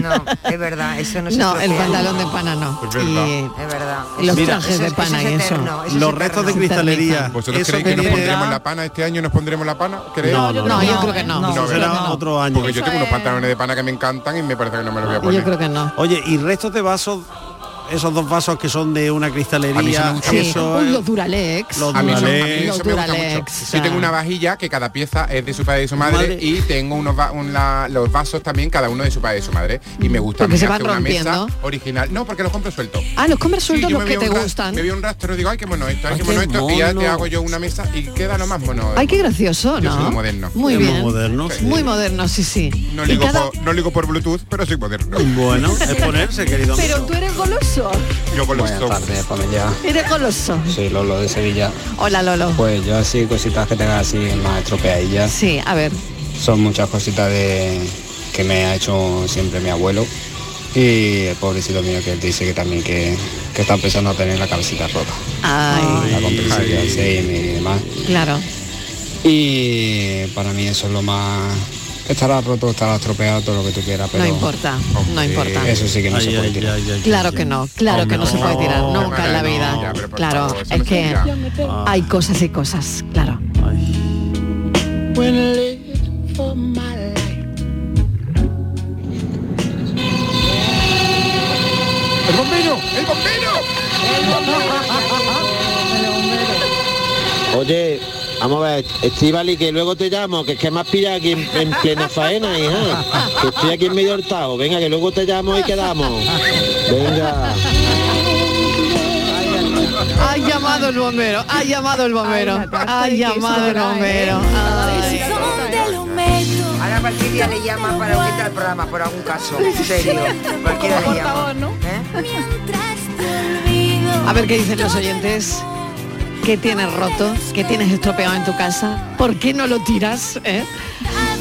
No, es verdad, eso no se
No, el
troquea.
pantalón de pana no.
Es verdad.
Y-
Es verdad.
Los
Mira,
trajes de pana y eso.
Los restos de cristalería. ¿Vosotros
Eso
creéis Pues que nos
viene-
pondremos la pana este año? ¿Nos pondremos la pana? ¿Creéis?
No, yo No, creo que yo no. creo que no.
¿verdad?
Eso
será otro año.
Porque yo tengo unos pantalones de pana que me encantan y me parece que no me los voy a poner.
creo que no.
Oye, y restos de vasos, esos dos vasos que son de una cristalería.
A mí se me gusta
que
mucho.
eso
Uy,
es-
los Duralex.
Los
A mí eso, a mí
Duralex.
eso me gusta mucho.
Duralex,
Yo tengo
ah.
una vajilla que cada pieza es de su padre y de su madre, y tengo unos va- un- la- los vasos también cada uno de su padre y de su madre. Y me gusta a
Porque
mí
se van
hacer una mesa
rompiendo.
original. No, porque los compro sueltos.
Ah, los compras
Sí,
sueltos
yo
los
me
que
veo
te
un ra-
gustan.
Me veo un rastro y digo, ay, qué mono esto, ay,
Ay,
qué mono
qué
esto. Y ya te
mono.
hago yo una mesa y queda lo más mono.
Ay, qué gracioso,
Yo
¿no?
soy muy moderno.
Muy
Soy muy
bien.
moderno, sí.
Muy moderno, sí, sí.
No
Y
ligo,
cada-
por, no ligo por Bluetooth, pero soy moderno.
Bueno, es ponerse, querido
Pero tú eres goloso.
Yo con los
Buenas
ojos.
tardes, familia.
Eres goloso.
Soy Lolo de Sevilla.
Hola, Lolo.
Pues yo así, cositas que tenga así más estropeadillas.
Sí, a ver.
Son muchas cositas de que me ha hecho siempre mi abuelo. Y el pobrecito mío que dice que también que, que está empezando a tener la cabecita rota.
Ay,
La compresión que hace y mi- y demás.
claro.
Y para mí eso es lo más... Estará roto, estará estropeado, todo lo que tú quieras, pero...
No importa, no importa.
Eso sí que no se puede tirar.
Claro que no, claro que no se puede tirar nunca en la vida. Claro, es que hay cosas y cosas, claro.
¡El bombero! ¡El bombero!
Oye, vamos a ver, Estivali, que luego te llamo, que es que me has pillado aquí en, en plena faena, hija. Que Ah, estoy aquí en medio hortado. Venga, que luego te llamo y quedamos. Venga.
Ha llamado el bombero, ha llamado el bombero, ha llamado el bombero. Ay.
Ahora cualquiera le llama para unirte al programa por algún caso. En serio. Cualquiera le llama.
¿Eh? A ver qué dicen los oyentes. ¿Qué tienes roto? ¿Qué tienes estropeado en tu casa? ¿Por qué no lo tiras? eh?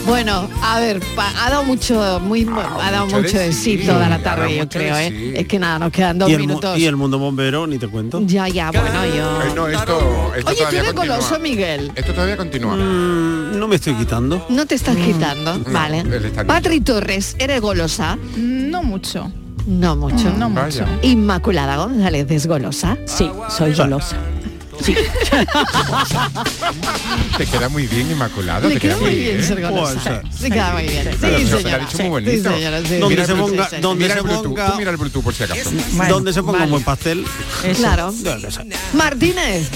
Bueno, a ver, pa- ha dado mucho, muy, ha dado
mucho
mucho
de
de sí
sí.
toda la
Ha dado
tarde, yo
mucho de
creo, ¿eh?
sí.
Es que nada, nos quedan dos
y, el mu-
minutos.
y el mundo bombero, ni te cuento.
Ya, ya, bueno, yo.
Ay, no, esto, esto
Oye, tú
todavía
eres
continúa.
goloso, Miguel.
Esto todavía continúa.
Mm, no me estoy quitando. Mm.
No te estás quitando, vale.
él está
Patri Torres, ¿eres golosa? No mucho. No mucho.
No mucho. Vaya.
Inmaculada González, ¿es golosa? Sí, soy golosa.
Te queda muy bien, Inmaculada.
Le
te queda
queda muy bien
¿eh?
ser golosa. Se queda muy bien. Sí,
Pero se la ha
señora.
dicho muy bonito.
Sí, señora, sí.
Donde
Mira
se
el Bluetooth,
ponga- donde
mira el
se
Bluetooth,
ponga-
tú mira el Bluetooth por si acaso.
Donde se ponga un buen pastel.
Eso. Claro.
No, no
Eh,
sé.
Martínez,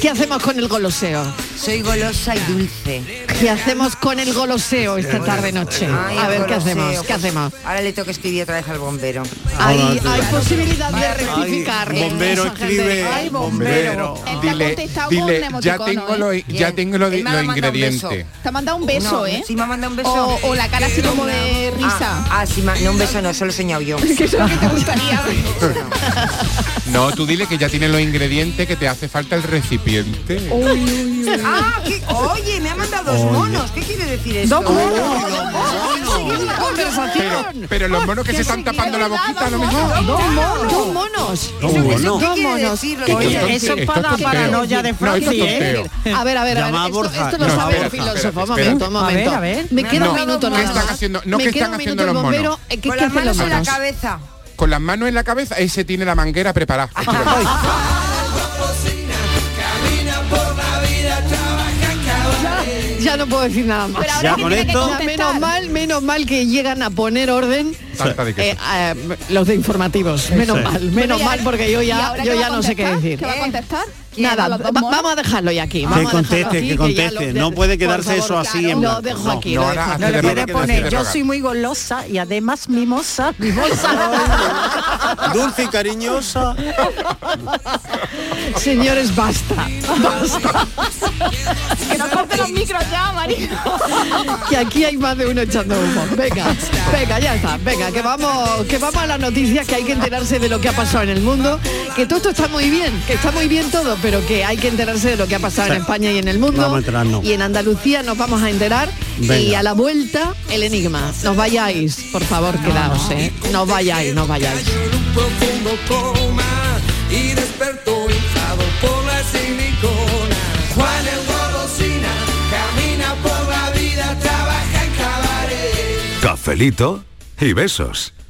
¿qué hacemos con el goloseo? Soy golosa y dulce. ¿Qué hacemos con el goloseo esta tarde noche?
Ay,
A ver, ¿qué
goloseo,
hacemos?
pues,
¿Qué hacemos?
Ahora le tengo que escribir otra vez al bombero.
Hay, hay posibilidad de rectificar.
Ay, bombero,
Esa gente-
escribe,
Ay,
Bombero, dile,
contestado con
dile,
un
ya
emoticono,
tengo
¿eh?
los, ya
Bien.
tengo los,
Él me ha
los
mandado un beso.
ingredientes.
Te ha mandado un beso,
No,
¿eh?
sí me ha mandado un beso.
O, o la cara así como de risa.
Ah, ah, sí, ma- no, un beso no, solo he soñado yo.
Que eso es lo que te gustaría.
No, tú dile que ya tiene los ingredientes que te hace falta el recipiente.
Ah, ¿qué? oye, me ha mandado dos monos. ¿Qué quiere decir eso?
Dos monos.
Conversación.
Pero los monos que se están tapando la boquita a lo mejor.
Dos monos. Dos monos.
Dos
Eso-
monos.
eso- ¿qué
Dos
quiere
monos.
decir?
Que esto es tonte-
Eso es
esto
para
es tonteo.
paranoia de
No, esto
Franci,
es
¿eh?
tonteo.
A ver, a ver, a ver.
Llama a
Esto,
Borja.
esto lo
No,
sabe
espera,
un
espera,
filósofo.
espera,
Un momento, un
espera.
momento.
A ver, a ver.
Me queda
No,
un minuto
¿qué
nada
están
más.
haciendo? No,
Me
¿qué
queda
están
un
haciendo
minuto el
los
bombero.
monos?
Eh, ¿Qué,
Con
qué
las
hacen los
manos en la
monos?
cabeza.
Con las manos en la cabeza, ese tiene la manguera preparada.
Camina por la vida, trabaja cada día.
Ya no puedo decir nada más.
Pero ahora Ya que con tiene que esto- contestar.
menos mal, menos mal que llegan a poner orden
Tarta de queso.
eh, eh, los de informativos. Menos Sí. mal, menos Bueno, y mal ahora- porque yo ¿y ya, ahora yo qué va ya a no sé qué contestar? decir. ¿Qué va a contestar? Nada, los dos va- vamos a dejarlo ya aquí. vamos a
Que
dejarlo
conteste,
aquí,
que
ya lo-
conteste. No puede
por
quedarse eso
favor,
así
claro,
en
Lo
blanco.
dejo
No,
aquí.
no,
lo
ahora
dejo aquí.
hace de
Quiere
rogar, hace
poner,
de
yo
rogar.
soy muy golosa y además mimosa, mimosa.
Dulce y cariñosa.
Señores, basta. Basta.
Que no corte los micros ya, marido.
que aquí hay más de uno echando humo. Venga, venga, ya está. Venga, que vamos, que vamos a las noticias, que hay que enterarse de lo que ha pasado en el mundo. Que todo esto está muy bien, que está muy bien todo, pero que hay que enterarse de lo que ha pasado en
Sí.
España y en el mundo.
Vamos a enterarnos.
Y en Andalucía nos vamos a enterar. Y
Venga.
a la vuelta, el enigma. Nos vayáis, por favor, quedaos, ¿eh? No vayáis, no vayáis.
Profundo coma y despertó inflado por la silicona. Juan el golosina camina por la vida, trabaja en cabaret.
Cafelito y besos.